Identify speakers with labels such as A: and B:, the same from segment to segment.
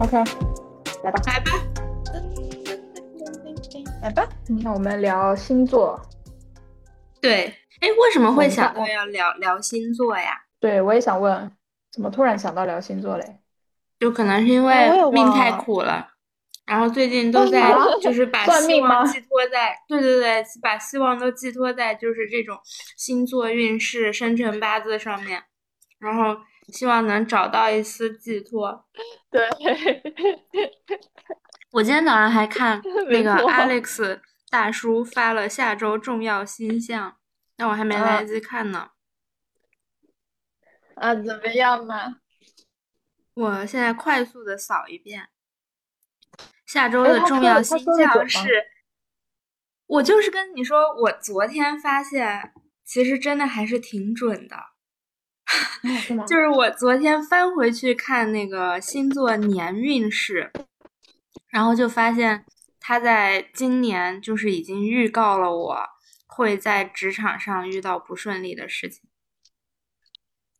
A: OK，
B: 来吧，
C: 来吧，
B: 来吧。
A: 那我们聊星座。
C: 对，哎，为什么会
A: 我们
C: 想
A: 大
C: 到要聊聊星座呀？
A: 对，我也想问，怎么突然想到聊星座嘞？
C: 就可能是因
B: 哎我
C: 为
B: 也忘
C: 命太
B: 了啊
C: 苦了，然后最近都在就是把
A: 算
C: 希
A: 命
C: 望
A: 吗
C: 寄托在，对对对，把希望都寄托在就是这种星座运势、生辰八字上面，然后希望能找到一丝寄托。
B: 对，
C: 我今天早上还看 那
B: 没
C: 个
B: 错
C: Alex 大叔发了下周重要星象，但我还没来
B: 啊
C: 得及看呢。
B: 啊，怎么样嘛？
C: 我现在快速的扫一遍，下周
A: 哎
C: 的
A: 他
C: 重
A: 说
C: 要
A: 的他
C: 星
A: 说的准
C: 象
A: 吗
C: 是，我就是跟你说，我昨天发现，其实真的还是挺准的。
A: 啊，是吗？
C: 就是我昨天翻回去看那个星座年运势，然后就发现他在今年就是已经预告了我会在职场上遇到不顺利的事情。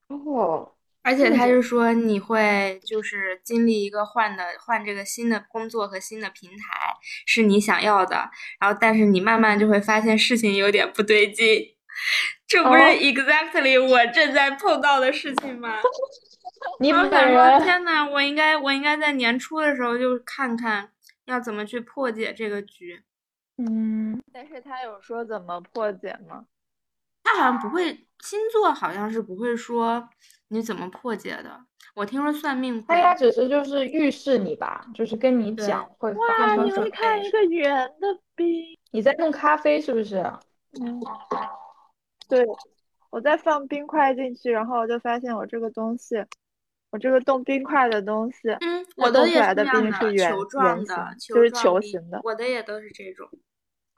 A: 哦，
C: 而且
A: 这么
C: 他
A: 久
C: 就说你会就是经历一个换的换这个新的工作和新的平台是你想要的，然后但是你慢慢就会发现事情有点不对劲，这不是
A: 哦
C: exactly 我正在碰到的事情吗？
A: 哦你
C: 然后
A: 本
C: 想说
A: 人
C: 天呐，我应该我应该在年初的时候就看看要怎么去破解这个局。
A: 嗯，
B: 但是他有说怎么破解吗？
C: 他好像不会，星座好像是不会说你怎么破解的。我听说算命
A: 他
C: 会
A: 应该只是就是预示你吧，就是跟你
C: 对
A: 讲会发
B: 哇，
A: 生
B: 你
A: 什
B: 会
A: 么。
B: 看一个圆的冰？
A: 你在弄咖啡是不是？
B: 嗯，对，我在放冰块进去，然后我就发现我这个东西，我这个冻冰块的东西，
C: 嗯，
B: 它
C: 我的
B: 冻
C: 也
B: 出来
C: 是
B: 的
C: 这
B: 冰
C: 样
B: 是
C: 的，
B: 圆
C: 球
B: 圆
C: 状
B: 形
C: 的，
B: 就
C: 球
B: 是
C: 状
B: 球
C: 冰
B: 形的，
C: 我的也都是这种。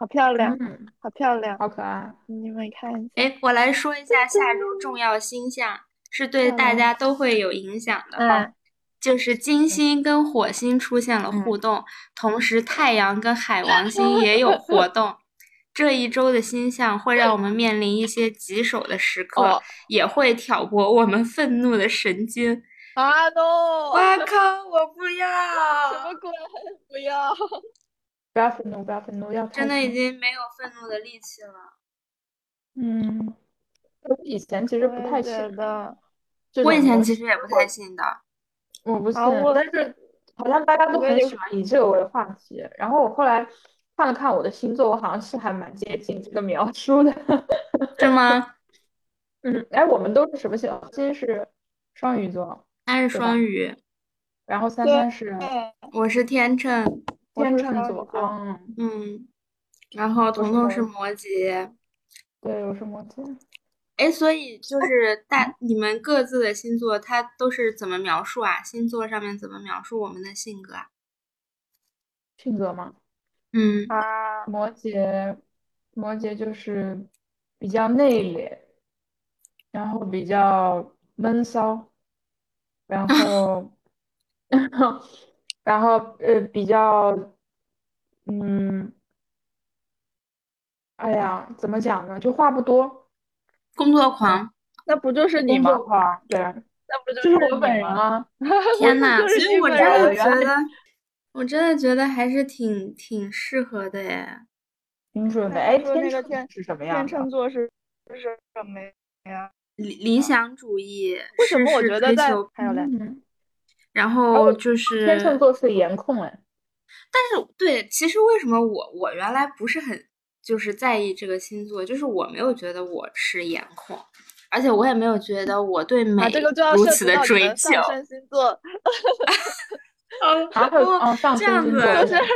B: 好漂亮，
A: 嗯，
B: 好漂亮，
A: 好可爱。
B: 你们看一下。
C: 哎，我来说一下下周
B: 嗯
C: 重要星象，是对
B: 好
C: 大
B: 嘞
C: 家都会有影响的。
B: 嗯，
C: 就是金星跟火星出现了
B: 嗯
C: 互动，同时太阳跟海王星也有 活动。这一周的星象会让我们面临一些棘手的 时刻，
B: 哦
C: 也会挑拨我们愤怒的神经。
B: 啊 no，
C: 哇靠！我不要，
B: 什么鬼？不要！
A: 不要愤怒，不要愤怒，要开
C: 真的已
A: 心。
C: 经没有愤怒的力气了。
A: 嗯，我以前其实不
B: 我
A: 太
B: 也
A: 信
B: 觉得，
A: 这
C: 我以
A: 种
C: 前
A: 东
C: 其
A: 西，
C: 实也不太信的。
A: 我不信
B: 啊，我
A: 但是好像大家都
B: 我
A: 很
B: 也
A: 喜欢以这个为话题。然后我后来看了看我的星座，我好像是还蛮接近这个描述的。
C: 是吗？
A: 嗯，哎，我们都是什么星？先是双鱼座，
C: 他是
A: 对吧
C: 双鱼，
A: 然后三
B: 对
A: 三是
B: 哎
C: 我是天秤，
B: 我
A: 天
B: 是
A: 秤
B: 双鱼
A: 座，
B: 座
A: 嗯，
C: 嗯，然后彤
A: 是
C: 彤
A: 摩
B: 嗯
C: 是摩羯，
A: 对，我是摩羯。
C: 哎，所以就是大你们各自的星座，它都是怎么描述啊？星座上面怎么描述我们的性格啊？
A: 性格嘛，
C: 嗯，
B: 啊，
A: 摩羯，摩羯就是比较内敛，然后比较闷骚，然后， 然后，然后呃，比较，嗯，哎呀，怎么讲呢？就话不多，
C: 工作 狂，
B: 那不就是你
A: 工
B: 吗
A: 作？狂，对，啊
B: 那不
A: 就
B: 就
A: 是
B: 你
A: 我本人
B: 吗？
A: 啊。
C: 天呐，
B: 就是
C: 所以
B: 你
C: 我
B: 本
C: 真
B: 人
C: 的觉
B: 我原来
C: 得，我真的觉得还是挺挺适合的耶。
A: 挺准的，
B: 那
A: 哎，
B: 你说
A: 天
B: 那个
A: 秤
B: 天
A: 是什么
B: 天
A: 样的？
B: 秤座是是什么呀？
C: 理理想主义，
B: 嗯为什
C: 事
B: 么我
C: 事
B: 觉得
C: 追
B: 在
C: 求，
B: 还有嘞，
A: 嗯，
C: 然
A: 啊
C: 后
A: 我
C: 就
A: 天秤
C: 是
A: 座是颜控，
B: 嗯
A: 哎，
C: 但是对，其实为什么我我原来不是很就是在意这个星座，就是我没有觉得我是颜控，而且我也没有觉得我对
B: 啊，
C: 美
B: 这个就要
C: 如
B: 涉
C: 此
B: 及
C: 的
B: 到你
C: 追
B: 们
C: 求。
B: 上升星座，
C: 哦
A: 然后
C: 哦
A: 哦，上
C: 这
A: 升
C: 样
A: 星
C: 子
A: 座对
B: 就是
A: 吧？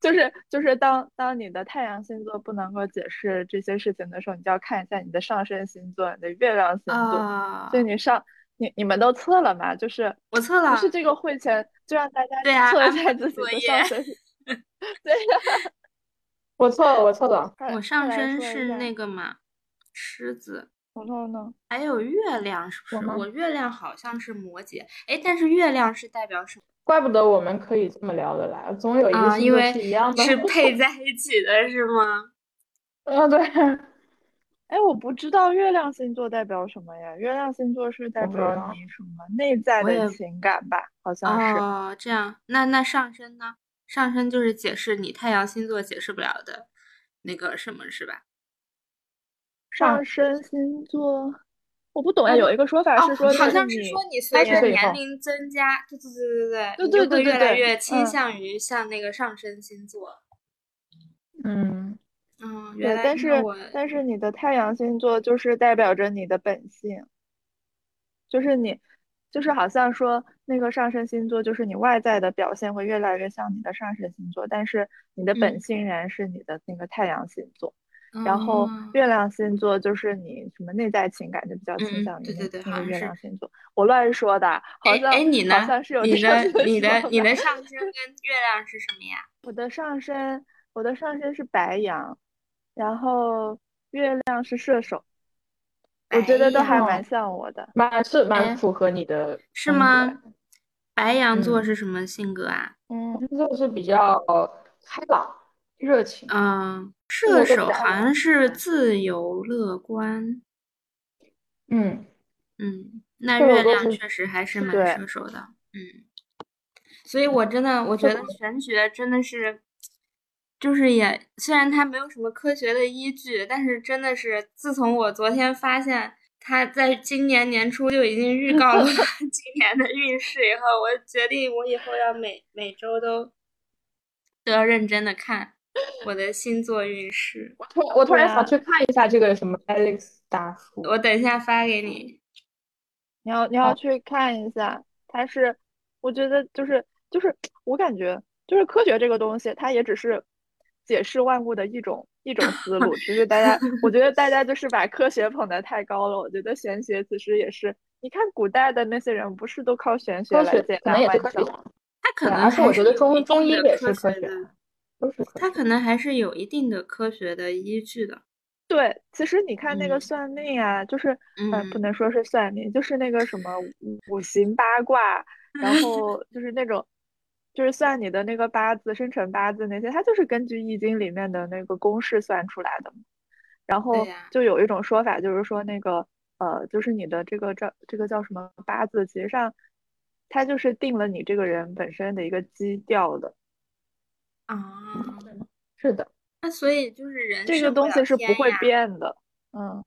B: 就是就是当当你的太阳星座不能够解释这些事情的时候，你就要看一下你的上升星座、你的月亮星座。
C: 啊
B: 就你上你你们都测了嘛？就是
C: 我测
B: 就
C: 了，
B: 是这个会前就让大家
C: 对啊，
B: 测
C: 安
B: 一下
C: 排
B: 自己
C: 作
B: 的
C: 业。
B: 上升星。对呀、
A: 我错了，我错了。
B: 快
C: 我
B: 快
C: 上
B: 来
C: 身
B: 说一
C: 是
B: 下，
C: 那个嘛，狮子，
B: 彤彤呢？
C: 还有月亮是不
A: 我
C: 是？
A: 吗
C: 我月亮好像是摩羯，哎，但是月亮是代表什么？
A: 怪不得我们可以这么聊得来，总有一个
C: 啊，
A: 星
C: 因
A: 座
C: 为
A: 是一样的。啊
C: 是配在一起的，是吗？
A: 嗯，对，
B: 哎，我不知道月亮星座代表什么呀？月亮星座是代
A: 我不知
B: 表
A: 道
B: 你什么内在
C: 我也
B: 的情感吧？好像是。
C: 哦，这样，那那上升呢？上升就是解释你太阳星座解释不了的那个什么，是吧？
A: 上
C: 哦
B: 上升星座，我不懂呀。
C: 嗯
B: 有一个说法
C: 哦
B: 是说，，
C: 好
B: 就
C: 像是
B: 你
C: 说你随着
A: 对
C: 年
A: 哈
C: 龄增加，对对对对
B: 对
C: 你就
B: 对对
C: 会
B: 对
C: 越来
B: 对
C: 越倾
B: 嗯
C: 向于像那个上升星座。
A: 嗯，
C: 嗯，原
B: 对，
C: 来那
B: 但是
C: 我
B: 但是你的太阳星座就是代表着你的本性，就是你，就是好像说那个上升星座就是你外在的表现会越来越像你的上升星座，但是你的本
C: 嗯
B: 性然是你的那个太阳星座，然后
C: 嗯
B: 月亮星座就是你什么内在情感就比较倾
C: 嗯嗯，
B: 向于
C: 对对对，
B: 那
C: 好
B: 那
C: 像
B: 个月
C: 是。
B: 亮星座。我乱说的，好
C: 哎
B: 像
C: 哎，你
B: 好
C: 呢？
B: 像是有这
C: 你
B: 样
C: 的
B: 子的
C: 你
B: 说
C: 的你
B: 法。
C: 的上升跟月亮是什么呀？
B: 我的上身，我的上身是白羊，然后月亮是射手，我
C: 白
B: 觉得都还
C: 羊
B: 蛮
A: 哦，
B: 像我的。
A: 蛮是蛮
C: 哎，
A: 符合你的
C: 是
A: 风格。
C: 吗？白羊座
A: 嗯，
C: 是什么性格啊？
A: 我
B: 嗯，
A: 觉得是比较开朗、热情，
C: 嗯，
A: 性格都
C: 射
A: 比
C: 手
A: 较开
C: 好像
A: 朗。
C: 是自由乐观，
A: 嗯，
C: 嗯，那
A: 射手
C: 月
A: 座
C: 亮
A: 是
C: 确实还是蛮
B: 对，
C: 射手的，嗯，所以我真的我
A: 射
C: 觉
A: 手
C: 得玄学真的是，就是也虽然它没有什么科学的依据，但是真的是自从我昨天发现它在今年年初就已经预告了 今年的运势以后，我决定我以后要每每周都都要认真的看我的星座运势，
A: 我突我突
B: 对
A: 然想
B: 啊，
A: 去看一下这个什么 Alex 大叔。
C: 我等一下发给你。
B: 你要你要
A: 好，
B: 去看一下，它是，我觉得就是就是我感觉就是科学这个东西，它也只是解释万物的一种一种思路，只是大家，我觉得大家就是把科学捧得太高了，我觉得玄学其实也是，你看古代的那些人不是都靠玄学
A: 科
B: 来
A: 学
B: 建
A: 可能
B: 大
A: 也是
B: 万
A: 科学
B: 象
A: 家，
B: 吗？
C: 它可
A: 对，
C: 能
A: 而且
C: 还
A: 我
C: 是
A: 觉得
C: 有一
A: 中中
C: 定
A: 医
C: 的
A: 也
C: 科
A: 是科
C: 学
A: 学啊，
C: 的，
A: 都是科
C: 它
A: 学。
C: 可能还是有一定的科学的依据的。
B: 对，其实你看那个
C: 嗯
B: 算命啊，就是，呃，不
C: 嗯，
B: 能说是算命，就是那个什么五五行八卦， 然后就是那种，就是算你的那个八字、生辰八字那些，它就是根据易经里面的那个公式算出来的嘛。然
C: 对
B: 后
C: 呀，
B: 就有一种说法，就是说那个，呃，就是你的这个这这个叫什么八字，其实上它就是定了你这个人本身的一个基调的。
C: 啊，
A: 是的，
C: 那所以就是人
B: 这个
C: 胜不
B: 东
C: 了
B: 西是不
C: 天
B: 会
C: 呀，
B: 变的。嗯，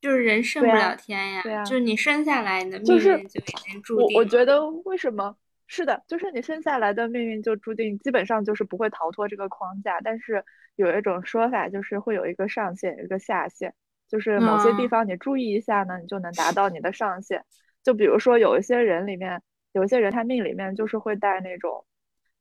C: 就是人胜
B: 对
C: 不了
B: 啊，
C: 天呀，
B: 对啊。
C: 就是你生下来你的
B: 就
C: 命
B: 是
C: 运就已经注
B: 我
C: 定
B: 我
C: 了。
B: 觉得为什么是的，就是你生下来的命运就注定，基本上就是不会逃脱这个框架。但是有一种说法就是会有一个上限，有一个下限，就是某些地
C: 嗯
B: 方你注意一下呢，你就能达到你的上限。就比如说有一些人里面，有一些人他命里面就是会带那种，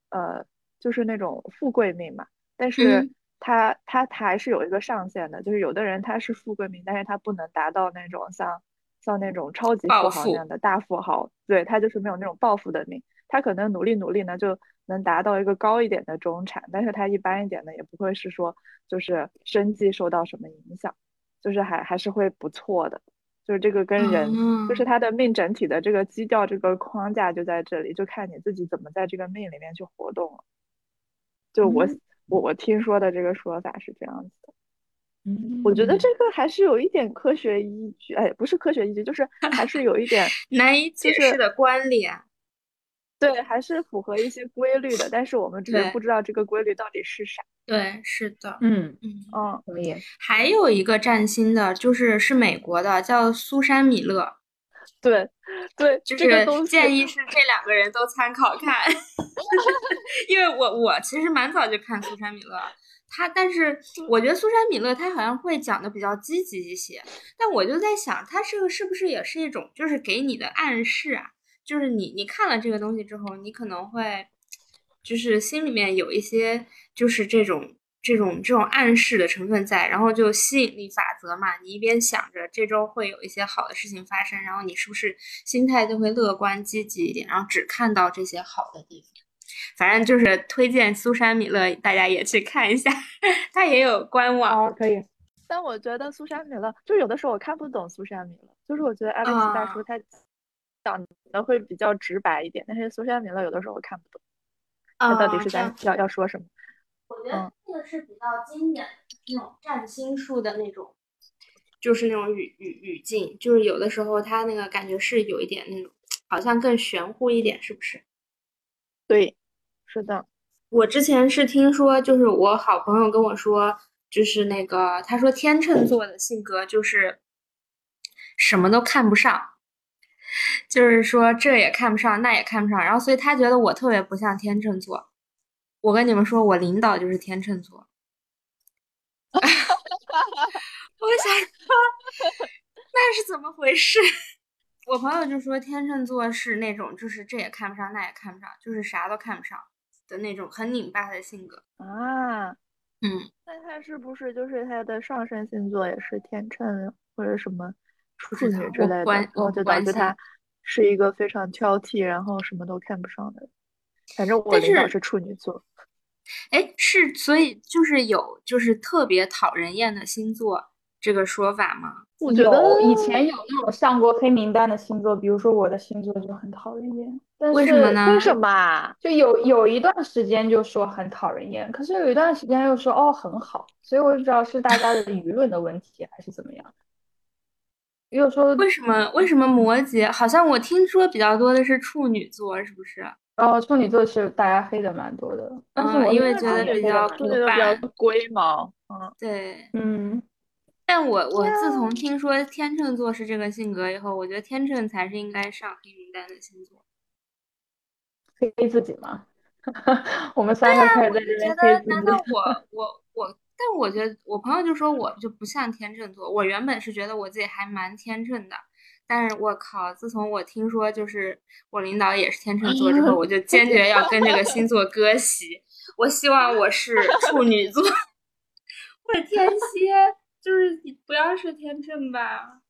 B: 呃，就是那种富贵命嘛，但是
C: 嗯
B: 他他他还是有一个上限的，就是有的人他是富贵命，但是他不能达到那种像。像那种超级
C: 暴
B: 富豪那样
C: 富，
B: 的大富豪，对，他就是没有那种暴富的命，他可能努力努力呢，就能达到一个高一点的中产，但是他一般一点呢，也不会是说就是生计受到什么影响，就是还还是会不错的，就是这个跟人，就是
C: 嗯
B: 他的命整体的这个基调，这个框架就在这里，就看你自己怎么在这个命里面去活动了。就我
A: 嗯
B: 我我听说的这个说法是这样子的。我觉得
A: 嗯，
B: 这个还是有一点科学依据，哎，不是科学依据，就是还是有 一点，
C: 难以
B: 就
C: 解释
B: 是
C: 的关联。
B: 对，还是符合一些规律的，但是我们只是
C: 对
B: 不知道这个规律到底是啥。
C: 对，是的，
A: 嗯，
C: 嗯。
B: 嗯，
A: 可以。
C: 还有一个占星的，就是是美国的，叫苏珊·米勒。
B: 对，对，
C: 就
B: 这个
C: 是
B: 东西，
C: 建议是这两个人都参考看， 因为我我其实蛮早就看苏珊·米勒了，她但是
B: 嗯
C: 我觉得苏珊·米勒她好像会讲的比较积极一些，但我就在想，她这个是不是也是一种就是给你的暗示啊？就是你你看了这个东西之后，你可能会就是心里面有一些就是这种。这种这种暗示的成分在，然后就吸引力法则嘛，你一边想着这周会有一些好的事情发生，然后你是不是心态就会乐观积极一点，然后只看到这些好的地方。反正就是推荐苏珊·米勒，大家也去看一下， 她也有官网
A: 好，可以。
B: 但我觉得苏珊米勒，就有的时候我看不懂苏珊米勒，就是我觉得 Alex 大叔
C: 啊。
B: 他讲的会比较直白一点，但是苏珊米勒有的时候我看不懂哦他到底
A: 哦
C: 啊，这
B: 是在
C: 样，
B: 要要说什么。
C: 我觉得
B: 嗯，
C: 这个是比较经典的那种占星术的那种就是那种语语语境，就是有的时候它那个感觉是有一点那种，好像更玄乎一点，是不是？
B: 对，是的，
C: 我之前是听说，就是我好朋友跟我说，就是那个他说天秤座的性格就是什么都看不上，就是说这也看不上，那也看不上，然后所以他觉得我特别不像天秤座。我跟你们说，我领导就是天秤座。我想说，那是怎么回事？我朋友就说天秤座是那种就是这也看不上，那也看不上，就是啥都看不上。的那种很拧巴的性格，
B: 啊，
C: 嗯，
B: 那他是不是就是他的上升星座也是天秤或者什么处
C: 不知
B: 女
C: 道
B: 之
C: 我
B: 类的，
C: 关
B: 然
C: 我
B: 后
C: 不
B: 就导
C: 关
B: 致
C: 心
B: 他是一个非常挑剔，然后什么都看不上的人。反正我
C: 但
B: 领导
C: 是
B: 是处女座，
C: 哎，是，所以就是有就是特别讨人厌的星座这个说法吗？
B: 我觉
A: 有
B: 得
A: 以前有那种上过黑名单的星座，比如说我的星座就很讨人厌，但
C: 为什么
A: 是
C: 呢
B: 为什么啊？
A: 就有有一段时间就说很讨人厌，可是有一段时间又说哦很好，所以我就不知道是大家的舆论的问题还是怎么样。又说
C: 为什么为什么摩羯好像我听说比较多的是处女座，是不是？
A: 哦处女座是大家黑的蛮多的，但是
C: 嗯
A: 我
C: 因
A: 是
C: 为
A: 看
C: 觉
A: 到
C: 得
A: 也
C: 比
A: 黑的
C: 较
A: 蛮
B: 处
A: 多
B: 女
A: 的
B: 座比较
C: 古
B: 龟毛，嗯，
C: 对，
A: 嗯，
C: 但我我自从
B: 呀
C: 听说天秤座是这个性格以后，我觉得天秤才是应该上黑名单的星座。
A: 黑自己嘛。 我们三个开始
C: 啊我
A: 在
C: 就
A: 这
C: 觉
A: 边黑
C: 得，
A: 自
C: 难
A: 己。
C: 道我我我？但我觉得我朋友就说我就不像天秤座。我原本是觉得我自己还蛮天秤的，但是我靠，自从我听说就是我领导也是天秤座之后，我就坚决要跟这个星座割席。我希望我是处女座 或者天蝎，就是你不要是天秤吧。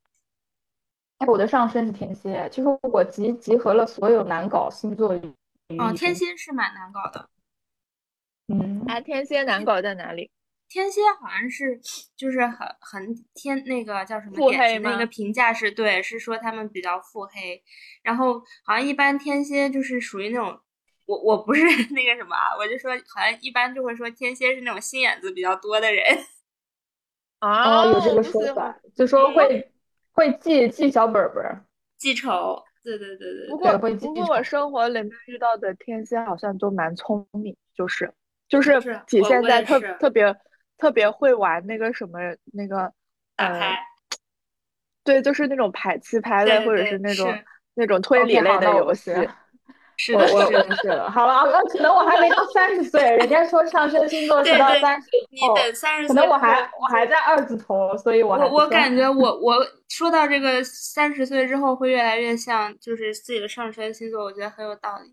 A: 哎，我的上升是天蝎，就是我集集合了所有难搞星座于
C: 哦，
A: 一身。
C: 天蝎是蛮难搞的。
A: 嗯，
B: 啊，天蝎难搞在哪里？
C: 天蝎好像是就是很很天那个叫什么
B: 腹
C: 典
B: 黑
C: 型的一个
B: 吗？
C: 评价是对，是说他们比较腹黑，然后好像一般天蝎就是属于那种，我我不是 那个什么啊，我就说好像一般就会说天蝎是那种心眼子比较多的人，
B: 啊，
A: 哦，有这
B: 我
A: 个
B: 不
A: 说
B: 喜欢。
A: 法，就说
B: 我
A: 会会记记小本本儿，
C: 记仇。对对对对
B: 不
A: 对，
B: 过，
A: 会记
B: 不过我
A: 仇。
B: 生活里面遇到的天蝎好像都蛮聪明，就是就是
C: 对，是
B: 体
C: 我
B: 现
C: 我
B: 在
C: 也
B: 特
C: 是
B: 特别特别会玩那个什么那个
C: 打
B: 呃，
C: 牌，
B: 对，就是那种牌棋牌
C: 对
B: 类
C: 对
B: 或者是
C: 对，
B: 那种
C: 是
B: 那种推
A: OK，
B: 理类
A: 好，
B: 的
A: 那我
B: 游
A: 不
B: 戏。
A: 是，
C: 是
A: 我
C: 的
A: 我
C: 是
A: 我
C: 的，
A: 不是哦了。好了，啊可能我还没到三十岁，人家说上升星座是
C: 对
A: 到
C: 对，
A: 三十以
C: 你
A: 后，
C: 等三十
A: 可能
C: 岁
A: 我
C: 之
A: 还
C: 后
A: 我还在二字头，所以我还
C: 我
A: 不
C: 我
A: 算。
C: 感觉我我说到这个三十岁之后会越来越像，就是自己的上升星座，我觉得很有道理。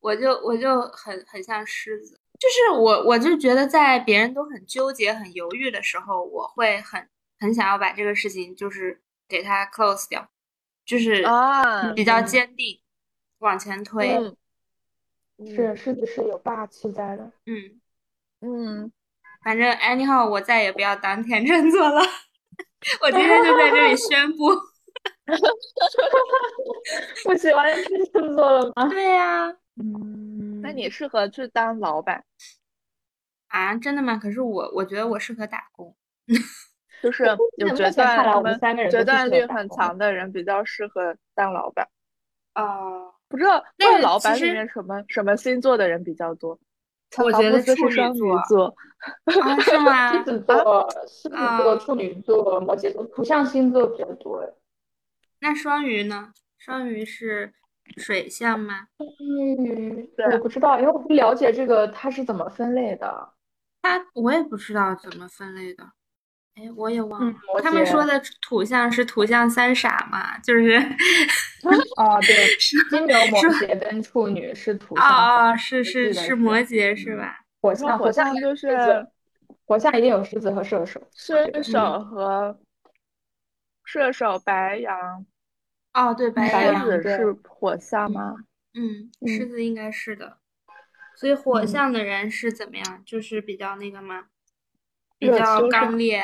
C: 我就我就很很像狮子，就是我我就觉得在别人都很纠结、很犹豫的时候，我会很很想要把这个事情就是给它 close 掉，就是
B: 啊，
C: 比较
A: 嗯，
C: 坚定往前推。
A: 对，
B: 嗯嗯
A: 是狮子是有霸气在的。
C: 嗯，
B: 嗯，
C: 反正 anyhow，我再也不要当天秤座了。 我今天就在这里宣布。
A: 不喜欢天秤座了吗？
C: 对呀、
B: 那
A: 嗯，
B: 你适合去当老板，
C: 啊，真的吗？可是我我觉得我适合打工。
B: 就是
A: 我目
B: 有
A: 前
B: 决
A: 目前看
B: 断，
A: 来，
B: 他
A: 我们
B: 们
A: 三个人
B: 决
A: 都是适
B: 断
A: 合
B: 力
A: 打
B: 很
A: 工的。
B: 强的人比较适合当老板。
C: 哦，
B: 不知道不知道
C: 但是
B: 老
C: 其
B: 板里面
C: 实
B: 什么什么星座的人比较多？乔
C: 我
B: 乔
C: 觉
B: 布
C: 得
B: 斯是
C: 处女
B: 双
C: 座
B: 鱼座
C: 啊，是
A: 狮
C: 吗？
A: 子
B: 啊，
A: 座、狮子座、
C: 啊，
A: 处女座、摩羯座，土象星座比较多。哎
C: 那双鱼呢？双鱼是水象吗？
A: 嗯，
B: 对，
A: 我不知道，因为我不了解这个它是怎么分类的。
C: 它我也不知道怎么分类的，哎，我也忘
A: 嗯，
C: 了。
A: 摩
C: 他们说
A: 羯。
C: 的土象是土象三傻嘛，就是
A: 啊，对，
C: 说
A: 金牛、摩
C: 说
A: 羯跟处女是土象三，
C: 哦哦，是
A: 我
C: 是
A: 记得
C: 是摩
A: 是。
C: 羯是
A: 嗯，
C: 吧？
A: 火象，火
B: 然后啊火
A: 象
B: 象就
A: 有狮子，
B: 是
A: 火象一定有狮子和射手，我觉
B: 射
A: 得。
C: 嗯，
B: 手和射手、白羊、
C: 哦对，白
A: 白
B: 狮
A: 羊，
C: 羊，
B: 子是
A: 对，
B: 火象吗？
A: 嗯
C: 嗯，狮
A: 嗯
C: 子应该是的。所以火
A: 嗯，
C: 象的人是怎么样？就是比较那个吗？比
B: 热
C: 较
B: 就是
C: 刚烈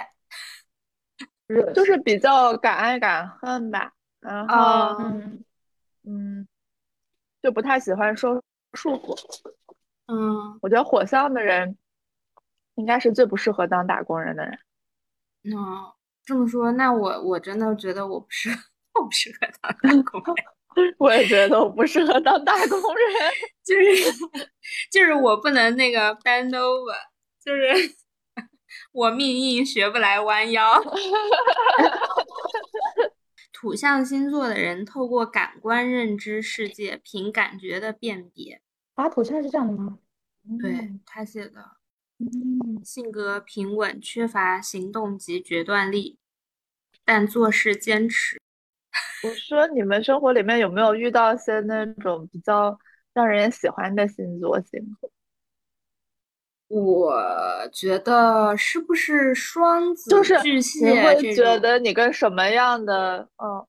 A: 热
B: 就是
A: 情，
B: 比较敢爱敢恨吧，然后
C: 哦，
A: 嗯
B: 嗯，就不太喜欢受束缚。
C: 嗯
B: 我觉得火象的人应该是最不适合当打工人的人。
C: ，no，这么说，那我我真的觉得我不适合， 我不适合当打工人，
B: 我也觉得我不适合当打工人。
C: 就是就是我不能那个 bend over，就是 我命硬学不来弯腰。 土象星座的人透过感官认知世界，凭感觉的辨别。
A: 啊，土象是这样的吗？
C: 对他写的，
A: 嗯，
C: 性格平稳，缺乏行动及决断力，但做事坚持。
B: 我说你们生活里面有没有遇到一些那种比较让人喜欢的星座星？
C: 我觉得是不是双子、
B: 就是
C: 巨
B: 你
C: 蟹
B: 会
C: 这
B: 觉
C: 种
B: 得你跟什么样的，嗯，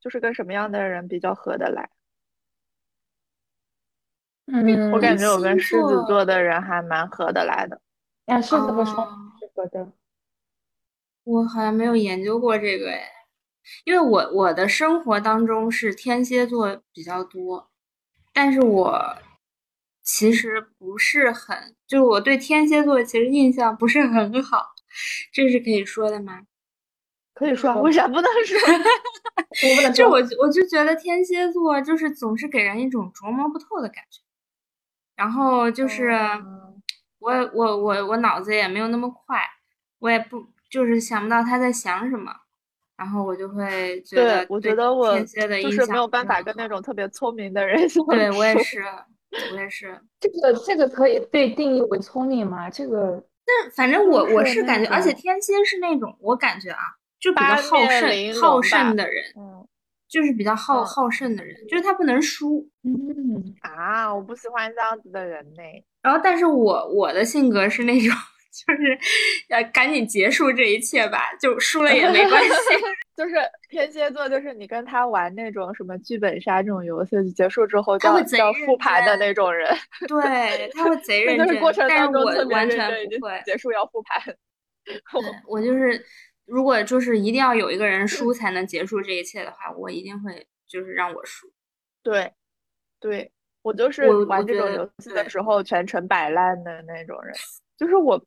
B: 就是跟什么样的人比较合得来？
A: 嗯，
B: 我感觉我跟
C: 星
B: 狮子
C: 座
B: 座的人还蛮合得来的。
A: 啊，狮子和双
C: 哦
A: 子是合的。
C: 我好像没有研究过这个哎，因为我我的生活当中是天蝎座比较多，但是我其实不是很，就是我对天蝎座其实印象不是很好，这是可以说的吗？
B: 可以说啊，
A: 说
B: 为啥不能 说？
A: 我不能
C: 就
A: 说，
C: 我我就觉得天蝎座就是总是给人一种琢磨不透的感觉，然后
B: 哦
C: 就是
B: 嗯
C: 我我我我脑子也没有那么快，我也不就是想不到他在想什么，然后我就会觉
B: 对
C: 得，
B: 我觉
C: 对
B: 得我
C: 天蝎的
B: 就
C: 印
B: 是
C: 象
B: 没有
C: 不
B: 办
C: 是
B: 法
C: 很
B: 跟那
C: 好。
B: 种特别聪明的人 相
C: 对我也
B: 处。
C: 是，我也是，
A: 这个这个可以被定义为聪明吗？这个
C: 但反正
B: 就
C: 我我
B: 是
C: 是
B: 那
C: 感觉，而且
B: 种
C: 天蝎是那种我感觉啊，就比较
B: 八
C: 好
B: 面
C: 胜
B: 玲
C: 好
B: 珑吧，
C: 胜的人，
B: 嗯
C: 就是比较好
B: 嗯
C: 好胜的人，就是他不能输。
A: 嗯，
B: 啊，我不喜欢这样子的人呢。
C: 然后，但是我我的性格是那种， 就是呃，赶紧结束这一切吧，就输了也没关系。
B: 就是天蝎座，就是你跟他玩那种什么剧本杀这种游戏，结束之后
C: 他
B: 叫
C: 会贼
B: 叫复
C: 认
B: 盘的那
C: 真，
B: 种人，
C: 对，他会贼
B: 那
C: 认
B: 就是过
C: 真，
B: 程
C: 但是
B: 当中
C: 我
B: 特别
C: 完
B: 认
C: 全
B: 真，已
C: 不
B: 经
C: 会。
B: 结束要复盘。
C: 对，我就是，如果就是一定要有一个人输才能结束这一切的话，我一定会就是让我输。
B: 对对，我就
C: 我
B: 是
C: 我
B: 玩这
C: 觉
B: 种
C: 得
B: 游戏的
C: 对，
B: 时候全程摆烂的那种人，就是我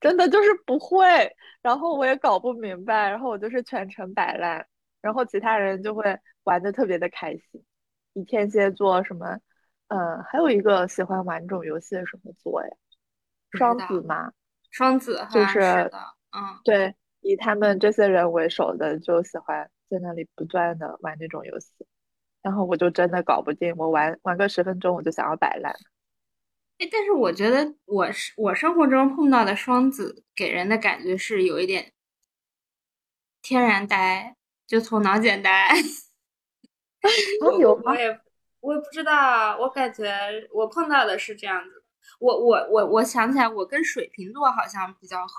B: 真的就是不会，然后我也搞不明白，然后我就是全程摆烂，然后其他人就会玩的特别的开心。以天蝎座什么，嗯，还有一个喜欢玩这种游戏的什么座呀？
C: 不知
B: 双
C: 道
B: 子嘛，
C: 双子好
B: 就
C: 像是
B: 是
C: 的，嗯，
B: 对，以他们这些人为首的，就喜欢在那里不断的玩这种游戏。然后我就真的搞不定，我玩玩个十分钟我就想要摆烂。
C: 哎，但是我觉得我是我生活中碰到的双子给人的感觉是有一点。天然呆，就头脑简单。
A: 啊
C: 我
A: 有
C: 我我
A: 吗？
C: 也我也不知道，我感觉我碰到的是这样子的。我我我我想起来，我跟水瓶座好像比较合，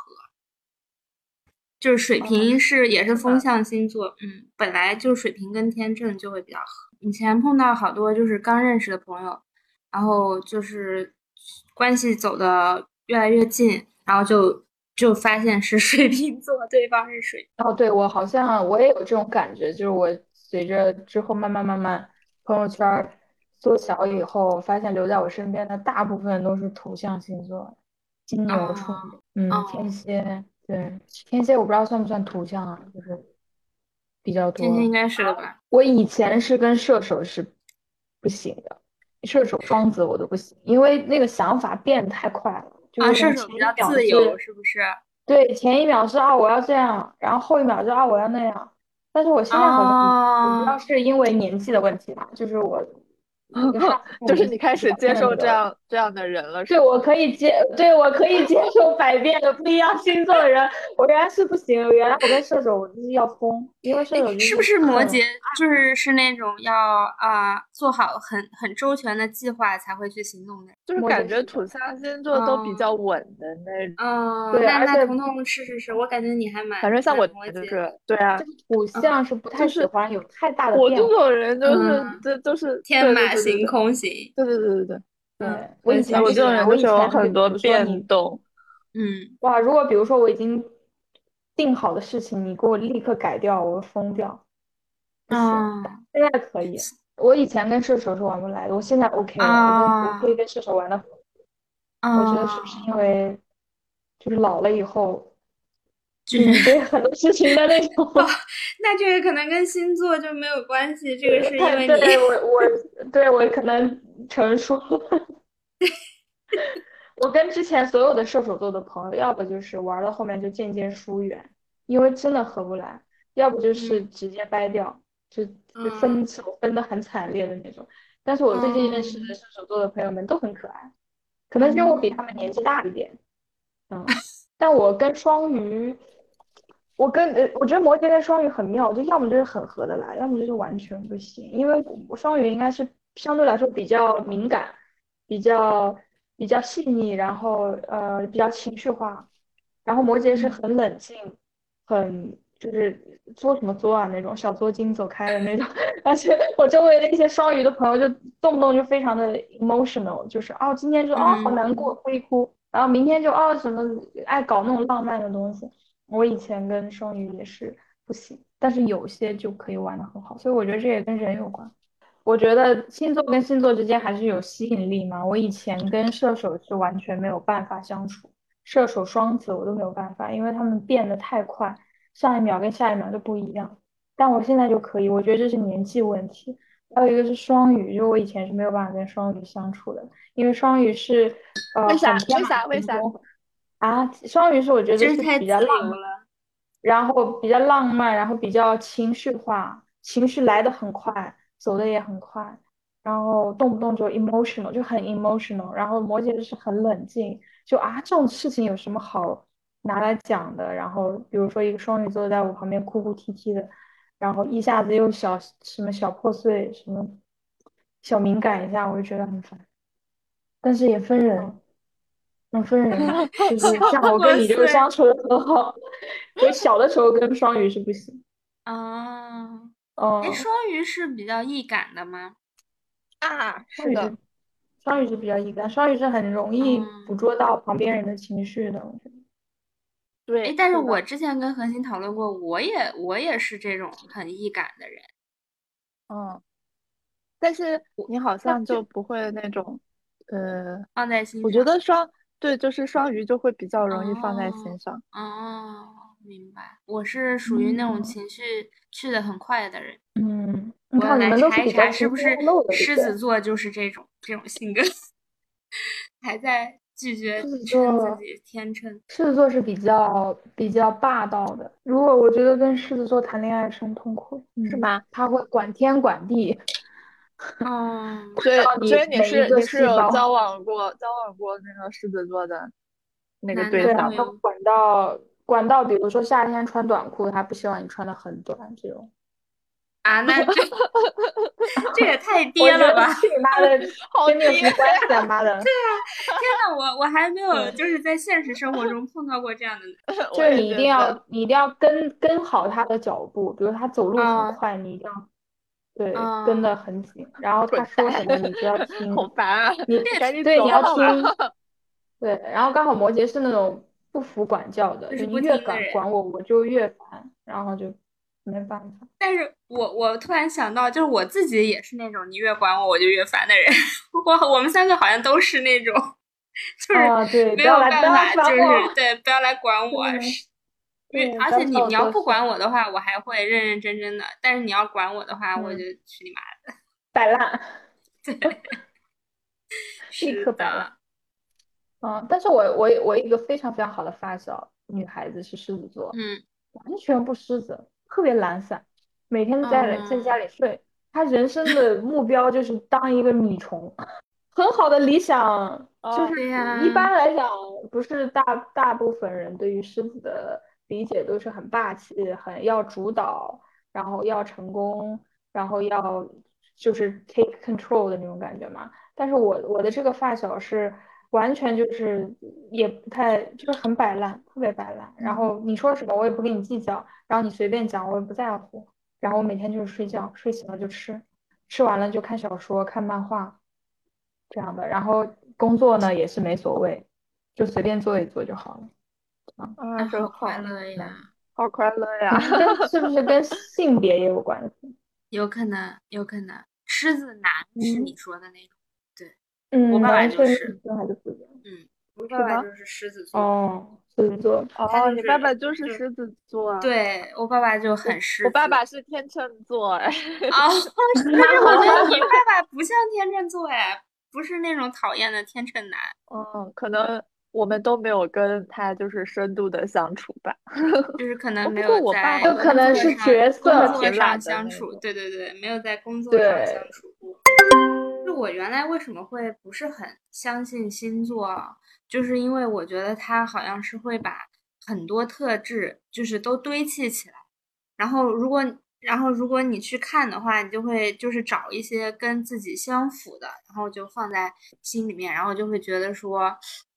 C: 就是水
B: 哦，
C: 瓶是也是
B: 是
C: 风
B: 吗？
C: 象星座，嗯，本来就水瓶跟天秤就会比较合。以前碰到好多就是刚认识的朋友，然后就是关系走的越来越近，然后就就发现是 水瓶座，对方是水
A: 哦，对，我好像我也有这种感觉，就是我随着之后慢慢慢慢朋友圈儿缩小以后，发现留在我身边的大部分都是土象星座，金
C: 啊
A: 牛、处女，嗯，
C: 哦。
A: 天蝎，对，天蝎我不知道算不算土象啊，就是比较
C: 天天应
A: 多。
C: 该是的吧？
A: 我以前是跟射手是不行的，射手、双子我都不行，因为那个想法变得太快了，就我
C: 啊，
A: 可
C: 射
A: 能
C: 手
A: 前
C: 比
A: 一
C: 较
A: 秒
C: 自由，
A: 是。
C: 是不是？
A: 对，前一秒是啊我要这样，然后后一秒是啊我要那样，但是我现在好像我不知道
C: 啊，
A: 是因为年纪的问题吧，就是我那个上次
B: 就是
A: 年
B: 你
A: 纪
B: 开
A: 比
B: 始
A: 较
B: 接
A: 那
B: 受这
A: 个，
B: 样这样的人了，
A: 对
B: 是
A: 我
B: 吗？
A: 可以接，对我可以接受百变的不一样星座的人，我原来是不行，原来我跟射手我就是要疯，因为射
C: 哎，
A: 手就是
C: 不是摩
A: 很
C: 羯就是是那种要啊、做好很很周全的计划才会去行动的人？
B: 就是
A: 摩羯
B: 感觉
A: 是
B: 土
A: 的，
B: 象星座都比
C: 嗯
B: 较稳的那种，
C: 嗯，
A: 对，
C: 那
A: 而
C: 那
A: 且
C: 彤彤是是是，我感觉你还蛮
B: 反正像
C: 蛮
B: 我
C: 摩
B: 就
C: 羯
B: 是
C: 的，
B: 对啊，
A: 这个土
C: 嗯
A: 象是不太
B: 就
A: 喜
B: 是
A: 欢有太大的
B: 我
A: 变
B: 这
A: 化，
B: 种人就是
C: 嗯，
B: 这都是
C: 天
B: 对对
C: 马
B: 对对
C: 行
B: 对
C: 空型，
B: 对对对对对，
C: 嗯，
A: 对，我
C: 很
A: 以
C: 喜
A: 前
B: 我
A: 是
B: 这
A: 这
B: 种
A: 样，
B: 人
A: 我
B: 就
A: 以
B: 是有
A: 前就
B: 很
A: 比
B: 多
A: 如说
B: 变
A: 你。
B: 动，
C: 嗯，
A: 哇，如果比如说我已经定好的事情，你给我立刻改掉，我会疯掉，不行。
C: 嗯
A: 现在可以，我以前跟射手是玩不来的，我现在 OK 了，我跟我可以
C: 啊
A: 跟射手玩的。我觉得是不是
C: 啊。
A: 因为就是老了以后，
C: 就是
A: 嗯对很多事情的那 种。
C: 那这个可能跟星座就没有关系，这个是因为
A: 对对，
C: 你
A: 我我对我可能成熟了。 我跟之前所有的射手座的朋友，要不就是玩到后面就渐渐疏远，因为真的合不来；要不
C: 嗯
A: 就是直接掰掉，就就分手分的很惨烈的那种。但是我最近认识
C: 嗯
A: 的射手座的朋友们都很可爱，可能是因为我比他们年纪大一点。嗯，但我跟双鱼，我跟呃，我觉得摩羯跟双鱼很妙，就要么就是很合得来，要么就是完全不行。因为我双鱼应该是相对来说比较敏感，比较比较细腻，然后呃比较情绪化，然后摩羯是很冷静，很就是作什么作啊那种小作精走开的那种。 而且我周围的一些双鱼的朋友，就动不动就非常的 emotional，就是哦，今天就哦好
C: 嗯
A: 难过，哭一哭，然后明天就哦什么爱搞那种浪漫的东西。我以前跟双鱼也是不行，但是有些就可以玩的很好，所以我觉得这也跟人有关。我觉得星座跟星座之间还是有吸引力嘛。我以前跟射手是完全没有办法相处，射手、双子我都没有办法，因为他们变得太快，上一秒跟下一秒就不一样。但我现在就可以，我觉得这是年纪问题。还有一个是双鱼，就我以前是没有办法跟双鱼相处的，因为双鱼是呃
B: 为啥
A: 很天
B: 为啥
A: 马
B: 为
A: 行
B: 啥
A: 空啊？双鱼是我觉得
C: 就是是太
A: 比
C: 自
A: 较浪
C: 由了。哦
A: 然后比较浪漫，然后比较情绪化，情绪来得很快，走得也很快，然后动不动就 emotional，就很 emotional。然后摩羯就是很冷静，就啊这种事情有什么好拿来讲的？然后比如说一个双鱼座在我旁边哭哭啼啼的，然后一下子又小什么小破碎什么小敏感一下，我就觉得很烦。但是也分人，嗯，分人，就是像我跟你就是相处的很好， 我小的时候跟双鱼是不行，
C: 啊，
A: 嗯
C: 哎，，双鱼是比较易感的吗？
B: 啊？
A: 双
B: 是
A: 鱼
B: 的
A: 是，双鱼是比较易感，双鱼是很容易
C: 嗯
A: 捕捉到旁边人的情绪的，我觉得。
B: 对
C: 哎，，但是
B: 的
C: 我之前跟何欣讨论过，我也我也是这种很易感的人。
B: 嗯，但是你好像
A: 这
B: 就不会那种，呃，
C: 放在心上。
B: 我觉得双，对，就是双鱼就会比较容易放在心
C: 哦
B: 上。
C: 哦，明白。我是属于那种
A: 嗯
C: 情绪去的很快的人。
A: 嗯，你
C: 我要
A: 看你
C: 来
A: 们都是
C: 查一
A: 比较
C: 查，
A: 情
C: 是不
A: 绪
C: 是
A: 外露的，对不
C: 狮
A: 对？
C: 子座就是这种这种性格， 还在拒绝
A: 狮子
C: 称自
A: 座。
C: 己天秤。
A: 狮子座是比较比较霸道的，如果我觉得跟狮子座谈恋爱是很痛苦，
B: 是
A: 嗯，
B: 吗？
A: 他会管天管地，
C: 嗯，
B: 所以，
A: 到你
B: 所以你
A: 每一
B: 是
A: 个
B: 你是
A: 细
B: 有
A: 胞，
B: 交往过交往过那个狮子座的那个
C: 男
B: 对
A: 对
C: 男
A: 啊，
C: 朋
A: 他
B: 象吗？
C: 友。
A: 管到管到，比如说夏天穿短裤，他不希望你穿的很短，这种，
C: 啊，那这这也太
A: 我
C: 跌
A: 觉
C: 了
A: 得
C: 吧！
A: 去你妈 的，
B: 好
A: 跟你有
B: 低
A: 什么关系啊，妈的！
C: 天呐，我我还没有
A: 嗯，
C: 就是在现实生活中碰到过这样的男。
B: 呀，
A: 就
B: 我
A: 是
B: 也
A: 你一
B: 觉
A: 定
B: 得，
A: 要你一定要跟跟好他的脚步，比如他走路很
C: 啊
A: 快，你一定要对跟
C: 啊，
A: 得很紧，然后他
B: 滚
A: 说
B: 蛋，
A: 什么 你 就要听，
B: 好烦啊！
A: 你
B: 赶紧
A: 对你
B: 走
A: 要
B: 好吗？
A: 听。对，然后刚好摩羯是那种不服管教的，
C: 就
A: 就是你
C: 不
A: 越
C: 听的
A: 管
C: 人。
A: 管我，我就越烦，然后就没办 法。
C: 但是我我突然想到，就是我自己也是那种你越管我我就越烦的人。 我我们三个好像都是那种，就是
A: 啊，对，
C: 没
A: 不要
C: 有
A: 来，不
C: 办
A: 要来
C: 法，
A: 烦
C: 就是
A: 我。
C: 对，不要来管我。
A: 对啊
C: 是因为
A: 对，
C: 而
A: 不要找
C: 且你
A: 我
C: 你要
A: 作
C: 不
A: 事。
C: 管我的话，我还会认认真真的；但是你要管我的话，我就
A: 嗯，
C: 去你妈的。
A: 摆烂，立
C: 是
A: 刻摆烂。
C: 的，
A: 嗯，但是我我我一个非常非常好的发小，女孩子是狮子座，
C: 嗯
A: 完全不狮子，特别懒散，每天在家里在家
C: 嗯
A: 里睡。她人生的目标就是当一个米虫，很好的理想。就
B: 哦，
A: 是
C: 对
A: 一
C: 呀，
A: 般来讲，不是大大部分人对于狮子的理解都是很霸气，很要主导，然后要成功，然后要就是 take control 的那种感觉嘛。但是我我的这个发小是完全就是也不太就是很摆烂，特别摆烂。然后你说什么我也不跟你计较，然后你随便讲我也不在乎。然后我每天就是睡觉，睡醒了就吃，吃完了就看小说、看漫画这样的。然后工作呢也是没所谓，就随便做一做就好了。啊，
B: 啊，
C: 那
B: 真
C: 哎好快
B: 好，
C: 乐
A: 嗯，
C: 呀，
B: 好快乐 呀！
A: 嗯，跟是不是跟性别也有关系？
C: 有可能，有可能，狮子男是你
A: 嗯
C: 说的那种，对我
A: 嗯，
C: 爸爸
A: 男
C: 就
A: 生
C: 是，
A: 女生还是不一样。
C: 嗯。我爸爸
B: 什么
C: 就是狮子座，
A: 哦，狮子座，
C: 他
B: 哦，
C: 就
B: 你
C: 是
B: 爸爸就是
C: 就
B: 狮子座，，啊
C: 对我爸爸就很狮子。
B: 我爸爸是天秤座，哎，
C: 啊，但 是我觉得你爸爸不像天秤座哎，不是那种讨厌的天秤男。
B: 嗯，可能我们都没有跟他就是深度的相处吧。
C: 就是可
B: 哦
C: 能没
B: 不过
C: 有
B: 我
C: 在
B: 爸
C: 工
B: 爸
C: 作
B: 可能
A: 是
C: 上
A: 角色
C: 工作
B: 挺懒
C: 上
B: 的
C: 相
B: 那
C: 处，
B: 种
C: 对对对，没有在工作上
A: 对
C: 相处过。就我原来为什么会不是很相信星座啊，就是因为我觉得它好像是会把很多特质就是都堆砌起来，然后如果然后如果你去看的话，你就会就是找一些跟自己相符的，然后就放在心里面，然后就会觉得说，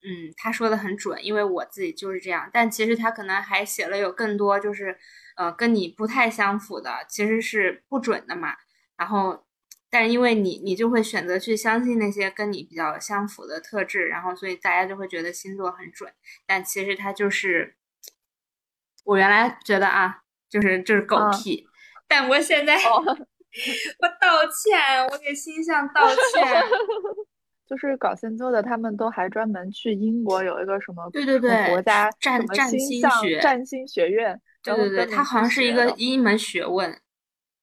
C: 嗯，他说的很准，因为我自己就是这样。但其实他可能还写了有更多就是呃跟你不太相符的，其实是不准的嘛。然后，但是因为你你就会选择去相信那些跟你比较相符的特质，然后所以大家就会觉得星座很准，但其实它就是我原来觉得啊，就是就是狗
B: 嗯哦
C: 屁，但我现在、 我道歉，我给星象道 歉。
B: 就是搞星座的，他们都还专门去英国有一个什么
C: 对对
B: 什么
C: 对
B: 国家
C: 占
B: 什么
C: 占
B: 星
C: 星
B: 象
C: 学
B: 占星学院，
C: 对
B: 然后
C: 对对，
B: 专
C: 它
B: 门
C: 好
B: 去
C: 像是一
B: 学
C: 个
B: 的
C: 一门学问。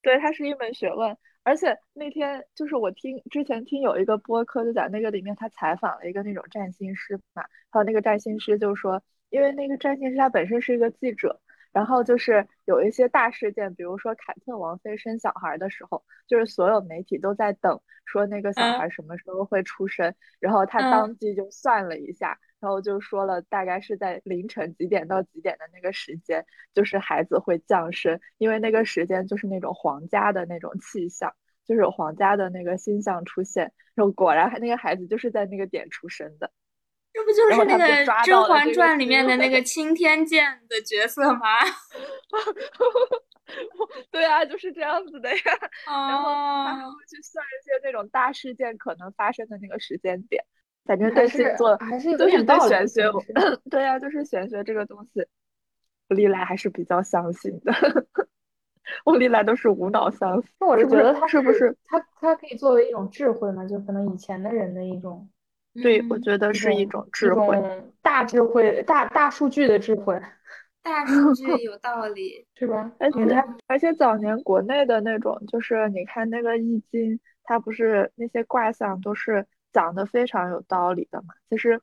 B: 对，它是一门学问，而且那天就是我听之前听有一个播客，就在那个里面，他采访了一个那种占星师嘛，还有那个占星师就说，因为那个占星师他本身是一个记者，然后就是有一些大事件，比如说凯特王妃生小孩的时候，就是所有媒体都在等说那个小
C: 嗯
B: 孩什么时候会出生，然后他
C: 嗯
B: 当即就算了一下，然后就说了大概是在凌晨几点到几点的那个时间。就是孩子会降生，因为那个时间就是那种皇家的那种气象，就是有皇家的那个星象出现，然后果然那个孩子就是在那个点出生的。
C: 这不就
B: 然
C: 是
B: 后
C: 那
B: 他
C: 个
B: 们就
C: 《
B: 抓
C: 甄
B: 到了
C: 嬛
B: 这个
C: 传》里面
B: 机
C: 的那
B: 会
C: 个青天剑的角色吗？
B: 对啊，就是这样子的呀。 然后他还
C: 哦，
B: 会去算一些那种大事件可能发生的那个时间点。反正
A: 还
B: 对星
A: 是
B: 座，
A: 还是有
B: 就是
A: 点
B: 对
A: 道理
B: 玄
A: 的，
B: 学
A: 其
B: 我，
A: 实
B: 对呀、就是玄学这个东西，我历来还是比较相信的。 我历来都是无脑相信，
A: 那我是
B: 是
A: 觉
B: 不是？
A: 得它
B: 是不是？
A: 它它可以作为一种智慧嘛，就可能以前的人的一种
B: 对，我
C: 嗯，
B: 觉得
A: 一
B: 是一
A: 种
B: 种
A: 一
B: 智慧。
A: 种大智慧、大大数据的智慧，
C: 大数据 有道理。
A: 是吧？
B: 而且
A: 嗯，它
B: 而且早年国内的那种，就是你看那个易经，它不是那些卦象都是讲的非常有道理的嘛。其实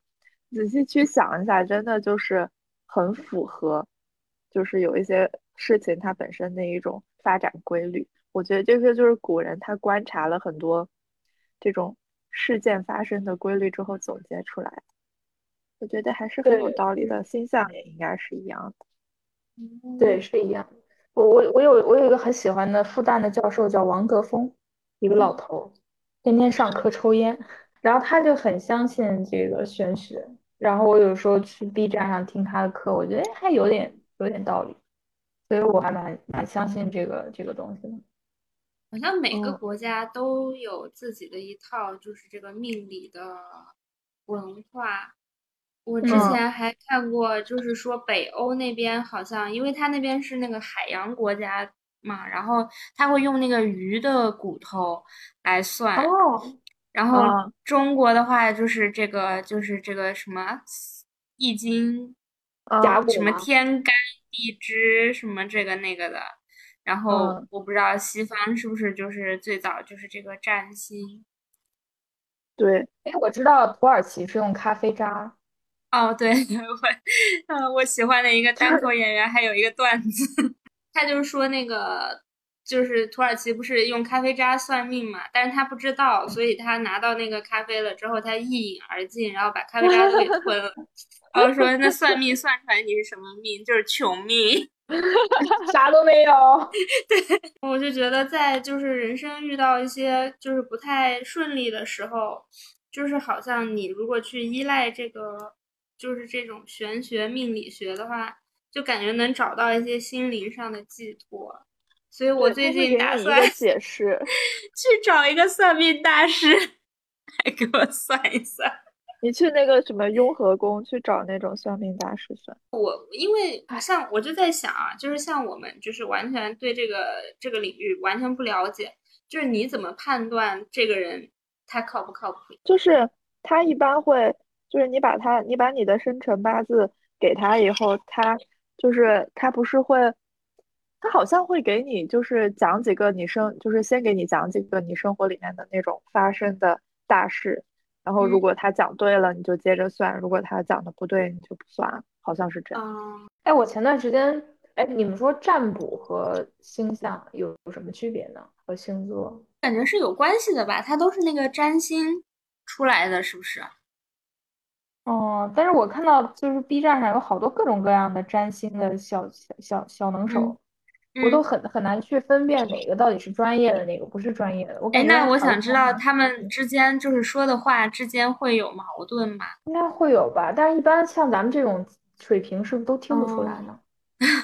B: 仔细去想一下，真的就是很符合，就是有一些事情它本身的一种发展规律。我觉得这个就是古人他观察了很多这种事件发生的规律之后总结出来的，我觉得还是很有
A: 对嗯
B: 道理的。星象也应该是一样的。
A: 对
C: 嗯，
A: 是一样的。我我我有我有一个很喜欢的复旦的教授叫王德峰，一个老头儿，天天上课抽烟，然后他就很相信这个玄学。然后我有时候去 B 站上听他的课，我觉得哎还有点有点道理，所以我还蛮蛮相信这个这个东西的。
C: 好像每个
B: 嗯。
C: 国家都有自己的一套，就是这个命理的文化。我之
A: 嗯
B: 嗯，
C: 前还看过，就是说北欧那边好像，因为它那边是那个海洋国家嘛，然后他会用那个鱼的骨头来算，
A: 哦，
C: 然后
B: 啊，
C: 中国的话就是这个就是这个什么易经，
A: 甲
B: 嗯
C: 什
A: 骨
C: 么
A: 吗？
C: 天干地支什么这个那个的，然后
B: 嗯，
C: 我不知道西方是不是就是最早就是这个占星。
B: 对，
A: 哎，我知道土耳其是用咖啡渣。
C: 哦，对， 我，呃，我喜欢的一个单口演员还有一个段子， 他就是说那个，就是土耳其不是用咖啡渣算命嘛，但是他不知道，所以他拿到那个咖啡了之后，他一饮而尽，然后把咖啡渣都给吞了， 然后说那算命算出来你是什么命，就是穷命。
A: 啥都没有。
C: 我就觉得在就是人生遇到一些就是不太顺利的时候，就是好像你如果去依赖这个就是这种玄学命理学的话，就感觉能找到一些心灵上的寄托。所以我最
B: 对，他会
C: 近
B: 给
C: 打
B: 你
C: 算
B: 一 个
C: 去
B: 解释。
C: 找一个算命大师来给我算一算。
B: 你去那个什么雍和宫去找那种算命大师算。
C: 我因为好像我就在想啊，就是像我们就是完全对这个这个领域完全不了解，就是你怎么判断这个人他靠不靠谱？
B: 就是他一般会就是你把它，你把你的生辰八字给他以后，他就是他不是会，他好像会给你就是讲几个你生，就是先给你讲几个你生活里面的那种发生的大事，然后如
C: 嗯
B: 果他讲对了，你就接着算；如果他讲的不对，你就不算，好像是这样。
C: 嗯，
A: 哎，我前段时间，哎，你们说占卜和星象有什么区别呢？和星座？
C: 感觉是有关系的吧？它都是那个占星出来的，是不是？
A: 哦，但是我看到就是 B 站上有好多各种各样的占星的小小小小能手，我都
C: 嗯，
A: 很很难去分辨哪个到底是专业的，哪个不是专业的。我
C: 哎，
A: 感觉
C: 那我
A: 好
C: 想知道
A: 像
C: 他们之间就是说的话之间会有矛盾吗？
A: 应该会有吧，但是一般像咱们这种水平是不是都听不出来
C: 哦。
A: 呢？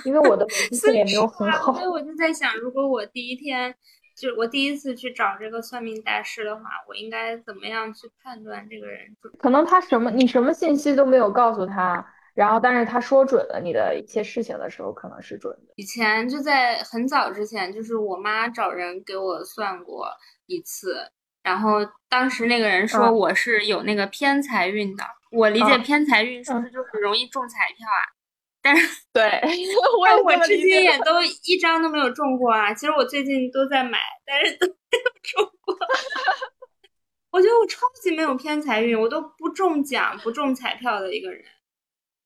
A: 因为我的逻辑
C: 所
A: 性
C: 以
A: 也没有
C: 说
A: 很
C: 啊，所以
A: 好。
C: 我就在想，如果我第一天就我第一次去找这个算命大师的话，我应该怎么样去判断这个人准？
A: 可能他什么，你什么信息都没有告诉他，然后但是他说准了你的一些事情的时候，可能是准的。
C: 以前就在很早之前，就是我妈找人给我算过一次，然后当时那个人说
A: 嗯
C: 我是有那个偏财运的，我理解
A: 嗯
C: 偏财运是不是
A: 嗯，
C: 就是容易中彩票啊？但是。
B: 对， 我
C: 但
B: 也是
C: 我
B: 这么
C: 至
B: 理解
C: 今
B: 的。
C: 也都一张都没有中过啊！其实我最近都在买，但是都没有中过。 我觉得我超级没有偏财运，我都不中奖、不中彩票的一个人，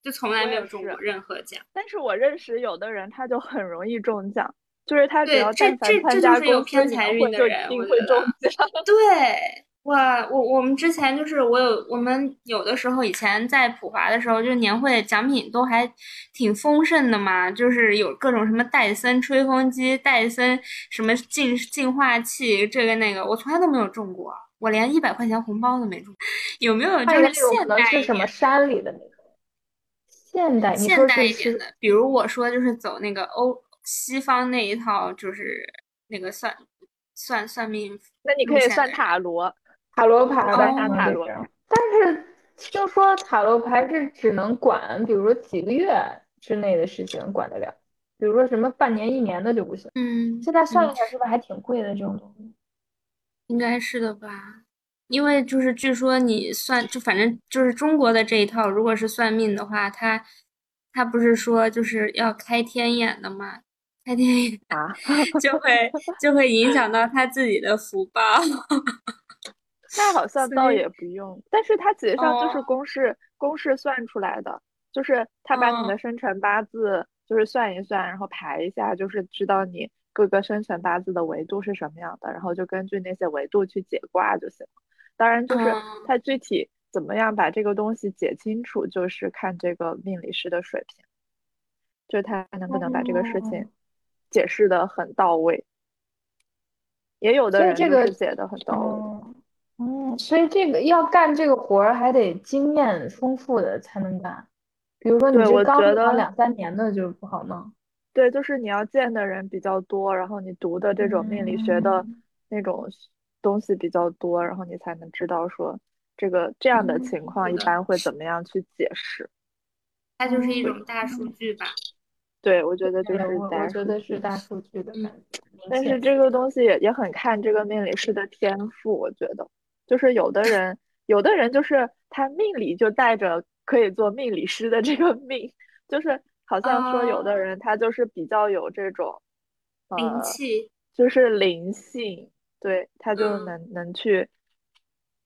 C: 就从来
B: 我
C: 没
B: 也
C: 有中
B: 是，
C: 过任何奖。
B: 但是我认识有的人，他就很容易中奖，就是他只
C: 对，
B: 要
C: 这
B: 但凡
C: 这这
B: 参
C: 就
B: 加
C: 是有
B: 公司
C: 偏
B: 年
C: 财运
B: 会，
C: 的
B: 就一
C: 人，
B: 定
C: 我觉
B: 会中
C: 得。
B: 奖。
C: 对，我我我们之前就是我有我们有的时候以前在普华的时候，就是年会奖品都还挺丰盛的嘛，就是有各种什么戴森吹风机、戴森什么净净化器，这个那个，我从来都没有中过，我连一百块钱红包都没中。有没有
A: 那
C: 哦就
A: 你
C: 是
A: 那种可
C: 现
A: 能
C: 代
A: 是
C: 一
A: 什
C: 点
A: 么山里的那种现代？你
C: 现
A: 说
C: 代
A: 是
C: 一点
A: 是
C: 的，比如我说就是走那个欧西方那一套，就是那个算算算命
B: 那你
C: 路
B: 可以
C: 线
B: 算
C: 的人。
B: 塔罗，
A: 塔罗
B: 你
A: 牌
B: 可
A: 吧？
B: 以
A: 可
B: 拿
A: 能
B: 哦塔
A: 得
B: 罗。
A: 这样。但是听说塔罗牌是只能管，比如说几个月之内的事情管得了，比如说什么半年、一年的就不行。
C: 嗯
A: 现在算
C: 嗯，
A: 一下是不是还挺贵的这种东西？
C: 应该是的吧，因为就是据说你算，就反正就是中国的这一套，如果是算命的话，它它不是说就是要开天眼的嘛，开天眼
B: 啊，
C: 就会就会影响到他自己的福报，
B: 那好像
C: 所
B: 倒
C: 以
B: 也不用，但是它实上就是
C: 哦
B: 公式公式算出来的，就是它把
C: 嗯
B: 你的生辰八字就是算一算，然后排一下，就是知道你各个生辰八字的维度是什么样的，然后就根据那些维度去解卦就行了。当然，就是
C: 嗯
B: 它具体怎么样把这个东西解清楚，就是看这个命理师的水平，就是他能不能把这个事情
A: 哦，
B: 解释的很到位。也有的
A: 所以
B: 人
A: 这
B: 就
A: 个，
B: 是解的很到位。
A: 哦，哦，所以这个要干这个活儿还得经验丰富的才能干。比如说你
B: 对，
A: 这
B: 我
A: 刚
B: 觉
A: 入行
B: 得。
A: 两三年的就不好弄。
B: 对，就是你要见的人比较多，然后你读的这种命理学的
A: 嗯
B: 那种东西比较多，然后你才能知道说这个这样的
C: 嗯，
B: 情
C: 是
B: 况一
C: 的，
B: 般会怎么样去解释。
C: 它就是一
B: 我
C: 种大数
A: 嗯，
C: 据吧，
B: 对，我觉得就
A: 对，
B: 是
A: 我我
B: 大
A: 觉
B: 数
A: 得是
B: 据，
A: 大数据的感
C: 嗯
A: 觉，明
B: 但是
A: 显。
B: 这个东西也也很看这个命理师的天赋，我觉得就是有的人，有的人就是他命里就带着可以做命理师的这个命，就是好像说有的
C: 啊，
B: 人他就是比较有这种。
A: 啊
C: 灵
B: 呃，
C: 气，
B: 就是灵性，对，他就
C: 嗯。
B: 能能去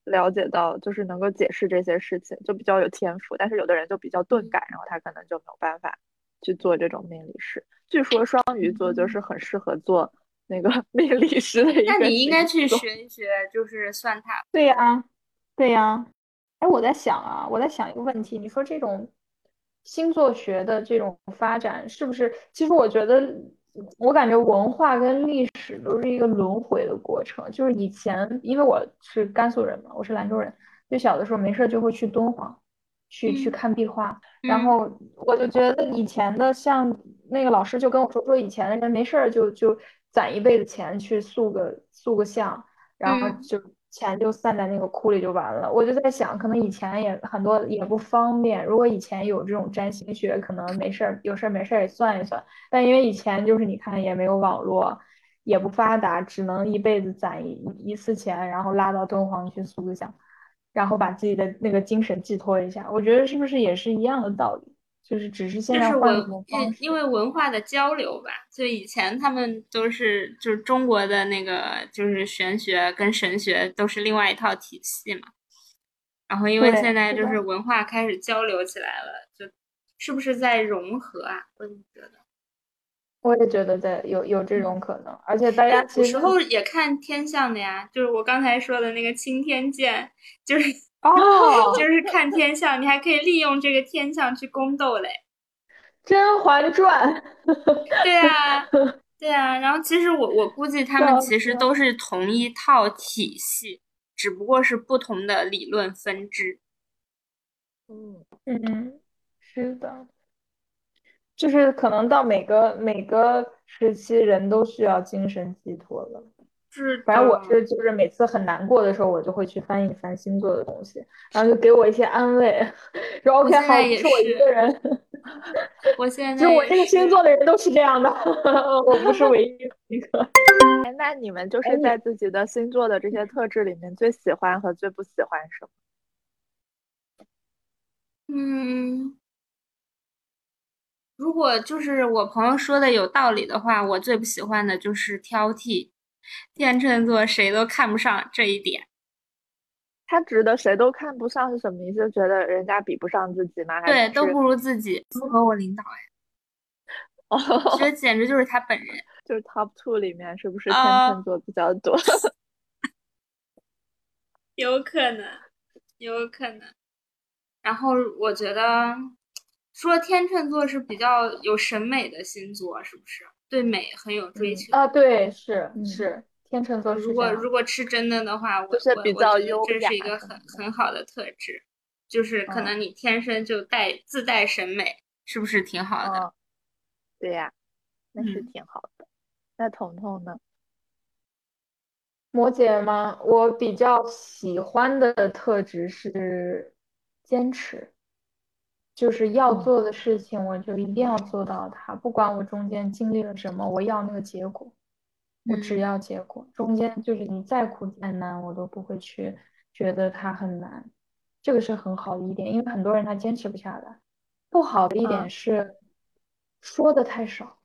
B: 了解到，就是能够解释这些事情，就比较有天赋。但是有的人就比较钝
C: 嗯
B: 感，然后他可能就没有办法去做这种命理师。据说双鱼座就
C: 嗯，
B: 是很适合做那个 命理师的一
C: 那
B: 个
C: 你应该
B: 星
C: 去
B: 座。
C: 学一学，就是算塔
A: 对呀，对呀。哎，我在想啊，我在想一个问题，你说这种星座学的这种发展，是不是？其实我觉得，我感觉文化跟历史都是一个轮回的过程。就是以前，因为我是甘肃人嘛，我是兰州人，就小的时候没事儿就会去敦煌，去去
C: 嗯
A: 看壁画。然
C: 嗯
A: 后我就觉得以前的像那个老师就跟我说说，以前的人没事儿就就攒一辈子钱去塑个塑个像。然后
C: 嗯
A: 就钱就散在那个窟里就完了。我就在想，可能以前也很多也不方便，如果以前有这种占星学，可能没事儿有事儿没事儿也算一算。但因为以前就是你看也没有网络，也不发达，只能一辈子攒一一次钱，然后拉到敦煌去塑个像。然后把自己的那个精神寄托一下。我觉得是不是也是一样的道理？就是只是现
C: 这
A: 在
C: 是
A: 换了
C: 文
A: 一种方
C: 因
A: 式。
C: 因为文化的交流吧，就以前他们都是就是中国的那个就是玄学跟神学都是另外一套体系嘛，然后因为
A: 对
C: 现在
A: 是
C: 就
A: 的
C: 是文化开始交流起来了，就是不是在融合啊？我怎么觉得？
A: 我也觉得在有有这种可能，而且大
C: 哎
A: 家
C: 古
A: 其
C: 时
A: 实哦
C: 候也看天象的呀，就是我刚才说的那个青天剑，就是
A: 哦，
C: 就是看天象，你还可以利用这个天象去宫斗嘞。
A: 《甄嬛传》
C: 对啊，对啊。然后其实我我估计他们
A: 笑
C: 其实
A: 死
C: 都是同一套体系，只不过是不同的理论分支。
B: 嗯，
A: 嗯，是的，就是可能到每个每个时期，人都需要精神寄托了。
C: 是
A: 反正我
C: 的，
A: 是就是每次很难过的时候，我就会去翻一翻星座的东西，然后就给我一些安慰， 说
C: 我
A: OK
C: 现
A: 好，
C: 在
A: 不
C: 也
A: 是我一
C: 是，
A: 个人，
C: 我现
A: 就
C: 在
A: 我
C: 也
A: 这个星
C: 是。
A: 座的人都是这样的，我不是唯一的一个。
B: 哎，那你们就
A: 哎，
B: 是在
A: 你
B: 自己的星座的这些特质里面，最喜欢和最不喜欢什么？
C: 嗯，如果就是我朋友说的有道理的话，我最不喜欢的就是挑剔，天秤座谁都看不上这一点。
B: 他指的谁都看不上是什么意思？觉得人家比不上自己吗？还
A: 哎
C: 对，都
B: 是
C: 不如自己，不和我领导哎，我觉
B: 哦，
C: 得简直就是他本人
B: 就是 top two 里面是不是天
C: 啊
B: 秤座比较 多？
C: 有可能，有可能。然后我觉得说天秤座是比较有审美的星座，是不是？对美很有追
B: 嗯
C: 求。
A: 啊，对，是
B: 嗯，
A: 是，天秤座哦
C: 如
A: 是这
C: 果
A: 样
C: 如
A: 的，
C: 果吃真的的话，我
B: 就是
C: 我
B: 比
C: 我
B: 较
C: 觉得
B: 优
C: 这
B: 雅
C: 是一个
B: 什
C: 很
B: 么的。
C: 很好的特质，就是可
B: 嗯
C: 能你天生就带自带审美，是不是挺好的？
B: 嗯，对呀，那是
C: 嗯，
B: 挺好的。那彤彤呢？
A: 摩羯吗？我比较喜欢的特质是坚持。就是要
B: 嗯
A: 做的事情，我就一定要做到它，不管我中间经历了什么，我要那个结果，我只
C: 嗯
A: 要结果。中间就是你再苦再难，我都不会去觉得它很难，这个是很好的一点，因为很多人他坚持不下来。不好的一点
B: 嗯
A: 是说的太少，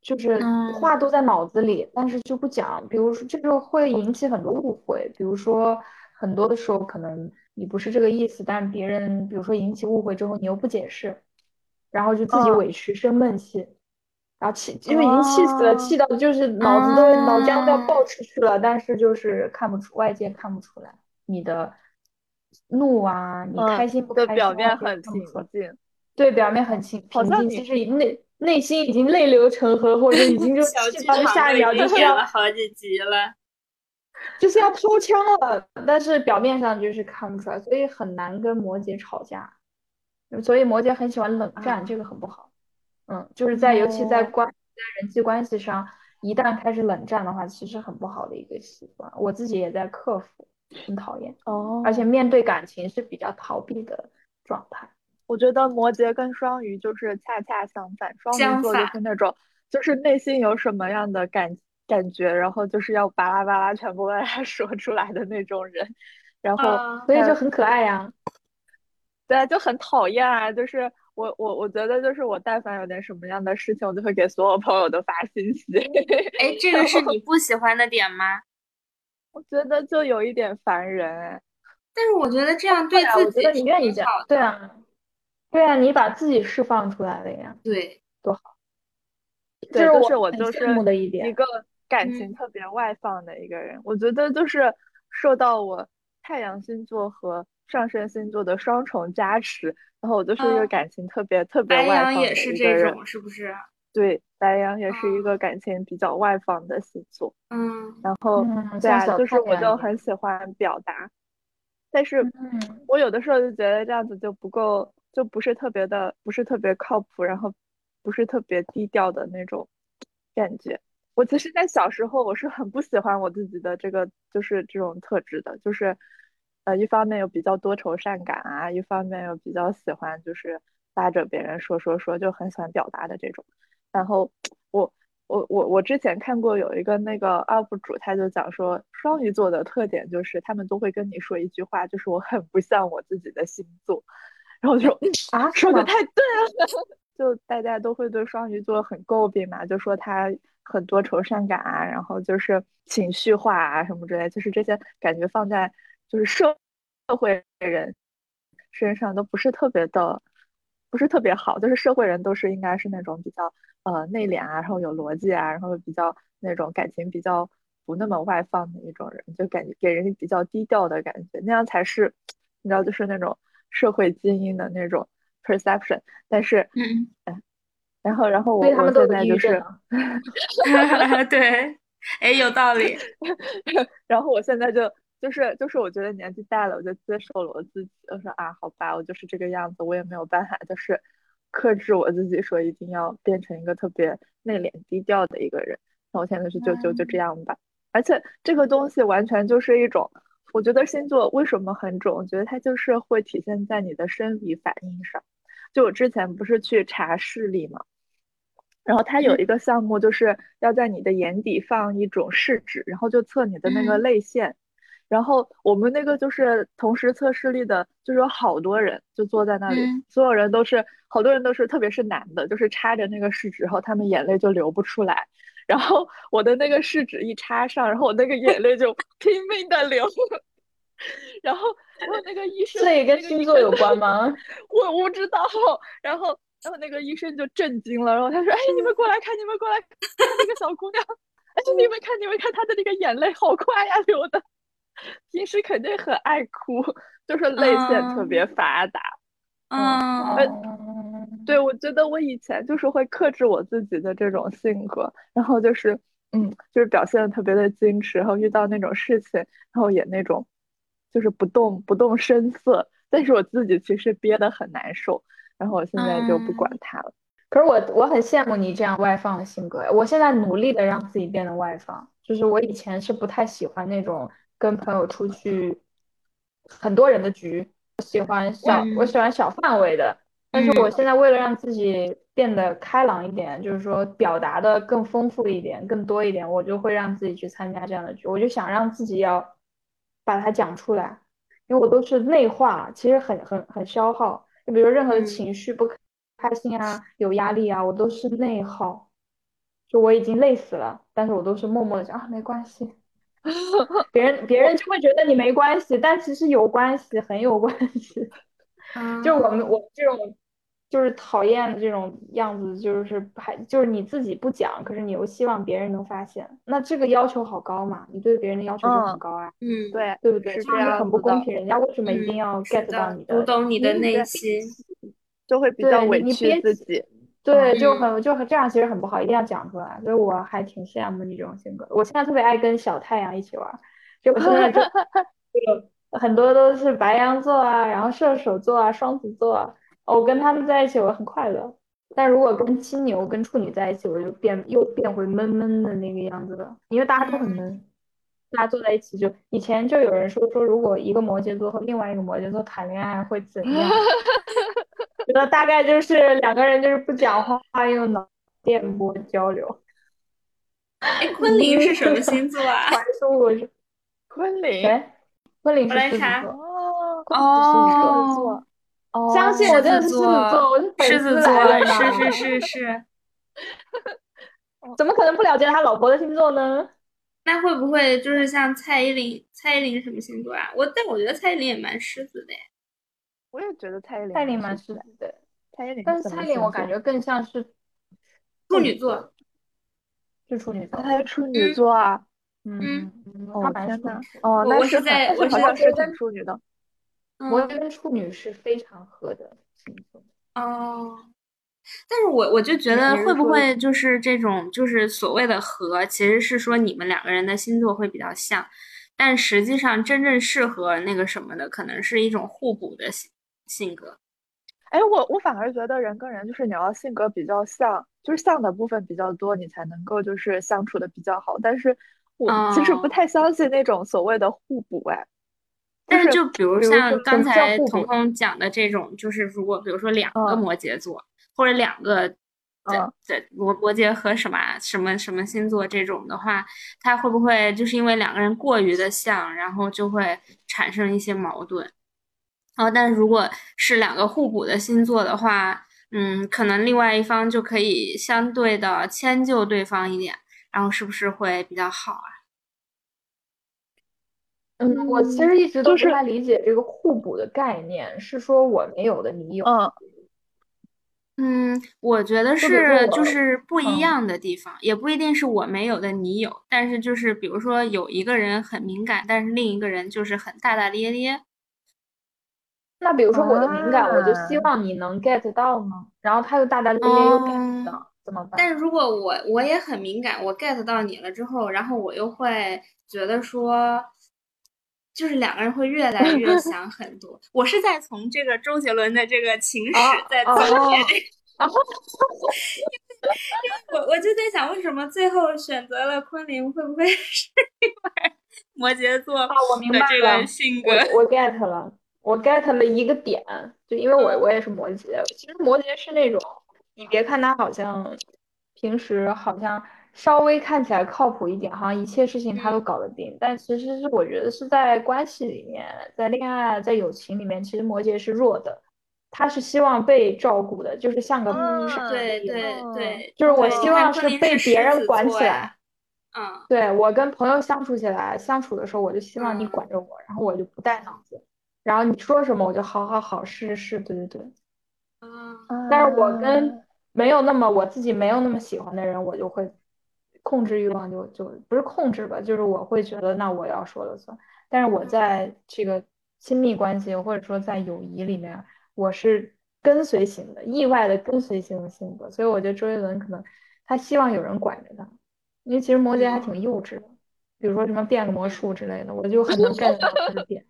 A: 就是话
C: 嗯
A: 都在脑子里，但是就不讲。比如说，这就会引起很多误会。比如说，很多的时候可能你不是这个意思，但别人比如说引起误会之后，你又不解释，然后就自己
B: 嗯
A: 委屈生闷气，然后气因为已经气死了，
B: 哦
A: 气到就是脑子都脑浆都要
C: 嗯
A: 爆出去了，但是就是看不出外界看不出来你的怒啊，你
B: 嗯，
A: 开心不
B: 就
A: 开
B: 表
A: 心，外
B: 面
A: 界看不
B: 很
A: 出
B: 平
A: 来。
B: 静。
A: 对，表面很
B: 哦，
A: 平
B: 好
A: 平静，
B: 像你
A: 其实已内内心已经泪流成河，或者已经就
C: 小
A: 气
C: 剧
A: 到就
C: 场
A: 下
C: 都
A: 一
C: 已
A: 秒就
C: 经
A: 是
C: 演
A: 要
C: 了好几集了。
A: 就是要掏枪了，但是表面上就是看不出来，所以很难跟摩羯吵架。所以摩羯很喜欢冷战，这
B: 啊，
A: 个很不好。嗯，就是在尤其在
B: 哦，
A: 关在人际关系上，一旦开始冷战的话，其实很不好的一个习惯。我自己也在克服，很讨厌，而且
B: 哦，
A: 面对感情是比较逃避的状态。
B: 我觉得摩羯跟双鱼就是恰恰相反，双鱼
C: 相
B: 座就是
C: 反，
B: 那种，就是内心有什么样的感感觉，然后就是要巴拉巴拉全部把它 说出来的那种人，然后
C: 嗯
A: 所以就
B: 但
A: 很可爱呀、
B: 对，就很讨厌啊！就是我我我觉得就是我但凡有点什么样的事情，我就会给所有朋友都发信息，
C: 哎，这
B: 然
C: 个是
B: 后
C: 你不喜欢的点吗？
B: 我觉得就有一点烦人哎。
C: 但是我觉得
A: 不
C: 这样
A: 会
C: 对
A: 啊，
C: 自
A: 我觉得
C: 己是
A: 你
C: 挺
A: 愿意这样，
C: 好
A: 对
C: 的。
A: 啊，对啊，你把自己释放出来了呀，
C: 对，
A: 多好！这
B: 对，
A: 是
B: 就
A: 我
B: 是我
A: 很
B: 就
A: 羡
B: 是
A: 慕的一
B: 一
A: 点。
B: 个感情
C: 嗯
B: 特别外放的一个人。我觉得就是受到我太阳星座和上升星座的双重加持，然后我就是一个
C: 嗯，
B: 感情特别特别
C: 白
B: 外
C: 羊
B: 放
C: 也
B: 的
C: 是
B: 一
C: 这
B: 个人。
C: 种，是不是？
B: 对，白羊也是一
C: 嗯
B: 个感情比较外放的星座。
C: 嗯
B: 然后，
A: 嗯，
B: 对
A: 像
B: 啊，
A: 小
B: 就是
A: 太
B: 我
A: 阳
B: 就
A: 一样。
B: 很喜欢表达，但是
A: 嗯，
B: 我有的时候就觉得这样子就不够，就不是特别的，不是特别靠谱，然后不是特别低调的那种感觉。我其实，在小时候我是很不喜欢我自己的这个，就是这种特质的，就是，呃，一方面有比较多愁善感啊，一方面又比较喜欢就是拉着别人说说说，就很喜欢表达的这种。然后我。我我我之前看过有一个那个 UP 主，他就讲说双鱼座的特点就是他们都会跟你说一句话，就是我很不像我自己的星座，然后我就嗯
A: 啊，是
B: 说的
A: 吗？
B: 太对了， 就大家都会对双鱼座很诟病嘛，就说他很多愁善感啊，然后就是情绪化啊什么之类，就是这些感觉放在就是社社会人身上都不是特别的，不是特别好，就是社会人都是应该是那种比较呃内敛啊，然后有逻辑啊，然后比较那种感情比较不那么外放的一种人，就感觉给人比较低调的感觉，那样才是你知道，就是那种社会精英的那种 perception，但是。
C: 嗯，
B: 然后，然后
A: 所以
B: 我
A: 他
B: 我
A: 们都有
B: 现在
A: 抑
B: 就
A: 郁症
B: 是，
A: 啊。
C: 对，哎，有道理。
B: 然后我现在就就是就是，我觉得年纪大了，我就接受了我自己，我说啊，好吧，我就是这个样子，我也没有办法，就是克制我自己，说一定要变成一个特别内敛低调的一个人。那我现在是就就就这
C: 嗯
B: 样吧。而且这个东西完全就是一种，我觉得星座为什么很准？我觉得它就是会体现在你的生理反应上。就我之前不是去查视力嘛，然后它有一
C: 嗯
B: 个项目，就是要在你的眼底放一种试纸，然后就测你的那个
C: 嗯
B: 泪腺。然后我们那个就是同时测视力的，就是有好多人就坐在那里，
C: 嗯，
B: 所有人都是好多人都是，特别是男的，就是插着那个试纸后，他们眼泪就流不出来。然后我的那个试纸一插上，然后我那个眼泪就拼命的流。 然后然后那个医生，
A: 这也跟
B: 那个
A: 星
B: 医
A: 座
B: 生
A: 有关吗？
B: 我我不知道。然后，然后那个医生就震惊了，然后他说：“哎，你们过来看，你们过来看这个小姑娘，哎，你们看，你们看她的这个眼泪好快呀，流的， 平时肯定很爱哭，就是泪腺特别
C: 嗯
B: 发达。”嗯，
C: 嗯
B: 呃，对，
A: 嗯，
B: 我觉得我以前就是会克制我自己的这种性格，然后就是，嗯，就是表现的特别的矜持，然后遇到那种事情，然后也那种，就是不动不动声色，但是我自己其实憋得很难受，然后我现在就不管
C: 嗯，
B: 它了。
A: 可是我我很羡慕你这样外放的性格，我现在努力的让自己变得外放。就是我以前是不太喜欢那种跟朋友出去很多人的局，我喜欢小我
C: 嗯
A: 喜欢小范围的。但是我
C: 嗯
A: 现在为了让自己变得开朗一点，就是说表达的更丰富一点、更多一点，我就会让自己去参加这样的局。我就想让自己要把它讲出来，因为我都是内化，其实很很很消耗。就比如任何的
C: 嗯
A: 情绪不开心啊、有压力啊，我都是内耗。就我已经累死了，但是我都是默默的想啊，没关 系。别人别人
B: 我
A: 就会觉得你没关系，但其实有关系，很有关系。就是我们
C: 嗯
A: 我们这种就是讨厌的这种样子，就是还就是你自己不讲，可是你又希望别人能发现，那这个要求好高嘛？你对别人的要求就很
B: 嗯，
A: 高啊，
C: 嗯，
B: 对，
A: 对不对？
B: 是
A: 这
B: 这
A: 样就
B: 样
A: 很不
B: 子
A: 公
B: 的，
A: 平，人家为什么一定
C: 嗯，
A: 要
C: 是
A: get 到
C: 的，
A: 你
C: 读
A: 的？
C: 懂你的
A: 你
C: 内
B: 对，
C: 心，
B: 就会比较
A: 对你
B: 委
A: 你
B: 屈
A: 憋
B: 自
A: 气，
B: 己。嗯
A: 对，就
C: 嗯
A: 很就很这样，其实很不好，一定要讲出来。所以我还挺羡慕你这种性格。我现在特别爱跟小太阳一起玩儿，就我现在真有很多都是白羊座啊，然后射手座啊、双子座啊，我跟他们在一起我很快乐。但如果跟金牛、跟处女在一起，我就变又变回闷闷的那个样子了，因为大家都很
C: 嗯
A: 闷。大家坐在一起就，以前就有人说说，如果一个摩羯座和另外一个摩羯座谈恋爱会怎样？觉得大概就是两个人就是不讲话，用脑电波交流，嗯
C: 哎，昆
A: 你
C: 凌
A: 那
C: 是什
A: 个
C: 么星座啊？
A: 传说我是
B: 昆凌，
A: 谁？昆凌
C: 我
A: 是
C: 来
A: 狮子
C: 查。
A: 座，
B: 哎
A: 昆
B: 哦，
A: 凌是狮子
B: 狮
A: 座，
B: 子
C: 哦，
B: 座，
A: 相信
B: 哦。
A: 我，
C: 狮
A: 真
C: 子
A: 的是狮子座，我是 粉
C: 座，狮子
A: 丝
C: 座，
A: 来了
C: 是是
A: 吧？
C: 是是。
B: 哦
A: 怎么可能不了解他老婆的星座呢？
C: 那会不会就是像蔡依林？蔡依林什么星座啊？我但我觉得蔡依林也蛮狮子的呀。
B: 我也觉得蔡依林
A: 蔡依
B: 蛮
A: 林
B: 狮
A: 蛮
B: 子
A: 狮
B: 的。
A: 子的，
B: 蔡依林
A: 但
B: 是
A: 是
B: 什
A: 蔡
B: 么
A: 依林我
B: 星
A: 感
B: 座？
A: 觉更像是
C: 处
A: 处
C: 女
A: 女
C: 座。
A: 座，是处女座。
B: 哎，处女
C: 嗯
B: 座啊！
C: 嗯，
A: 嗯，嗯她
B: 哦，
A: 蛮
B: 天
A: 处
B: 呐，
A: 女的，
B: 哦，
C: 我
B: 那
C: 我
B: 是
C: 是
B: 很，
C: 在
B: 但是
C: 我
B: 好
A: 摩
C: 是
B: 像是
A: 羯
B: 挺
A: 跟
B: 处女的。
A: 摩羯
C: 嗯
A: 跟处女是非常合的星座。
C: 哦，但是我我就觉
B: 你
C: 得
B: 你
C: 会
B: 是
C: 不
B: 说，
C: 会就是这种就是所谓的合，其实是说你们两个人的星座会比较像，但实际上真正适合那个什么的，可能是一种互补的性性格。
B: 哎，我我反而觉得人跟人就是你要性格比较像，就是像的部分比较多，你才能够就是相处的比较好。但是我其实不
C: 哦，
B: 太相信那种所谓的互补，哎，就
C: 但是
B: 是
C: 就比如
A: 比如说，
C: 像
A: 什
C: 刚
A: 么叫
C: 才
A: 互
C: 彤
A: 补？
C: 彤讲的这种，就是如果比如说两个
B: 嗯
C: 摩羯座或者两个。
B: 嗯，
C: 对罗罗杰和什么啊什么什么星座这种的话，他会不会就是因为两个人过于的像，然后就会产生一些矛盾？然后，但是如果是两个互补的星座的话，嗯，可能另外一方就可以相对的迁就对方一点，然后是不是会比较好啊？
A: 嗯，我其实一直都
B: 就
A: 不
B: 是
A: 太理解这个互补的概念，是说我没有的你有，
B: 嗯，
C: 嗯，我觉得
A: 或者说
C: 是
A: 我
C: 就是不一
A: 嗯
C: 样的地方，也不一定是我没有的你有，但是就是比如说有一个人很敏感，但是另一个人就是很大大咧咧。
A: 那比如说我的敏感，我就希
B: 啊，
A: 望你能 get 到呢，然后他就大大咧咧又 get 不
C: 嗯，
A: 到，怎么办？
C: 但是如果我我也很敏感，我 get 到你了之后，然后我又会觉得说，就是两个人会越 来越想很多。我是在从这个周杰伦的这个情
A: 啊
C: 史在
A: 啊
C: 总结
A: 啊！
C: 这个。
A: 啊
C: 我我就在想，为什么最后选择了昆凌，会不 会是因为摩羯座
A: 啊，我明
C: 的
A: 白
C: 这个
A: 了，
C: 性格？
A: 我我 get 了，我 get 了一个点，就因为我
C: 嗯
A: 我也是摩羯，其实摩羯是那种，你别看他好像平时好像稍微看起来靠谱一点，好像一切事情他都
C: 嗯
A: 搞得定，但其实是我觉得是在关系里面，在恋爱、啊在友情里面，其实摩羯是弱的，他是希望被照顾的，就是像个
C: 嗯，
A: 上
B: 嗯
C: 对
A: 帝一样，
C: 对
B: 嗯
C: 对
A: 就是我
C: 对，你
A: 希
C: 看
A: 望
C: 昆
A: 是
C: 凌
A: 被
C: 是
A: 别
C: 狮
A: 人
C: 子
A: 管
C: 座
A: 起
C: 呀，
A: 来。
C: 嗯
A: 对，我跟朋友相处起来，相处的时候我就希望你
C: 嗯。
A: 管着我，然后我就不带脑子，然后你说什么我就好好好，是是是，对对对。
C: 啊，
B: 嗯
A: 但是我跟
B: 啊，
A: 没有那么我自己没有那么喜欢的人，我就会控制欲望就就不是控制吧，就是我会觉得那我要说了算。但是我
C: 嗯
A: 在这个亲密关系或者说在友谊里面，我是跟随型的，意外的跟随型的性格，所以我觉得周杰伦可能他希望有人管着他，因为其实摩羯还
C: 嗯
A: 挺幼稚的，比如说什么变个魔
C: 嗯
A: 术之类的，我就很能 get 到他的 点。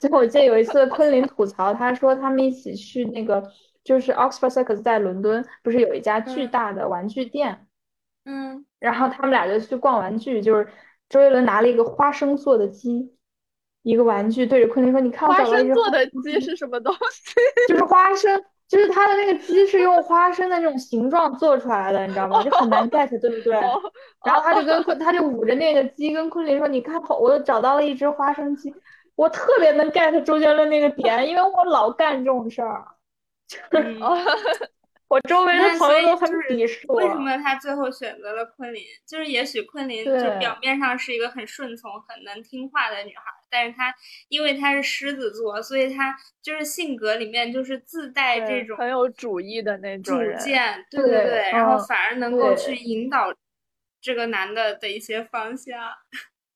A: 结果我记得有一次昆凌吐槽，他说他们一起去那个就是 Oxford Circus 在伦敦，不是有一家巨
C: 嗯
A: 大的玩具店，
C: 嗯，
A: 然后他们俩就去逛玩具，就是周杰伦拿了一个花生做的鸡，一个玩具，对着昆凌说：“你看我
B: 花
A: 找到一
B: 生
A: 只
B: 做
A: 花
B: 的
A: 生
B: 鸡
A: 鸡，
B: 是什么东西？
A: 就是花生，就是它的那个鸡是用花生的那种形状做出来的，你知道吗？就很 难 get，对不对？”
B: 哦
A: 然后他就跟
B: 哦，
A: 昆，他就捂着那个鸡跟昆凌说：“你看，我找到了一只花生鸡。”我特别能 get 周杰伦那个点，因为我老干这种事儿，就是
C: 嗯，
B: 哦，
A: 我周围的
C: 那
A: 朋
C: 所
A: 友都
C: 以
A: 很
C: 就是
A: 鄙视
C: 为什
A: 我。
C: 么他最后选择了昆凌？就是也许昆凌就
A: 对，
C: 表面上是一个很顺从、很能听话的女孩儿，但是她因为她是狮子座，所以她就是性格里面就是自带这
B: 对，
C: 种
B: 很有主意的那种
C: 主
B: 人，
C: 见，对对
A: 对，
C: 对，然后
A: 嗯，
C: 反而能够去
A: 对，
C: 引导这个男的的一些方向。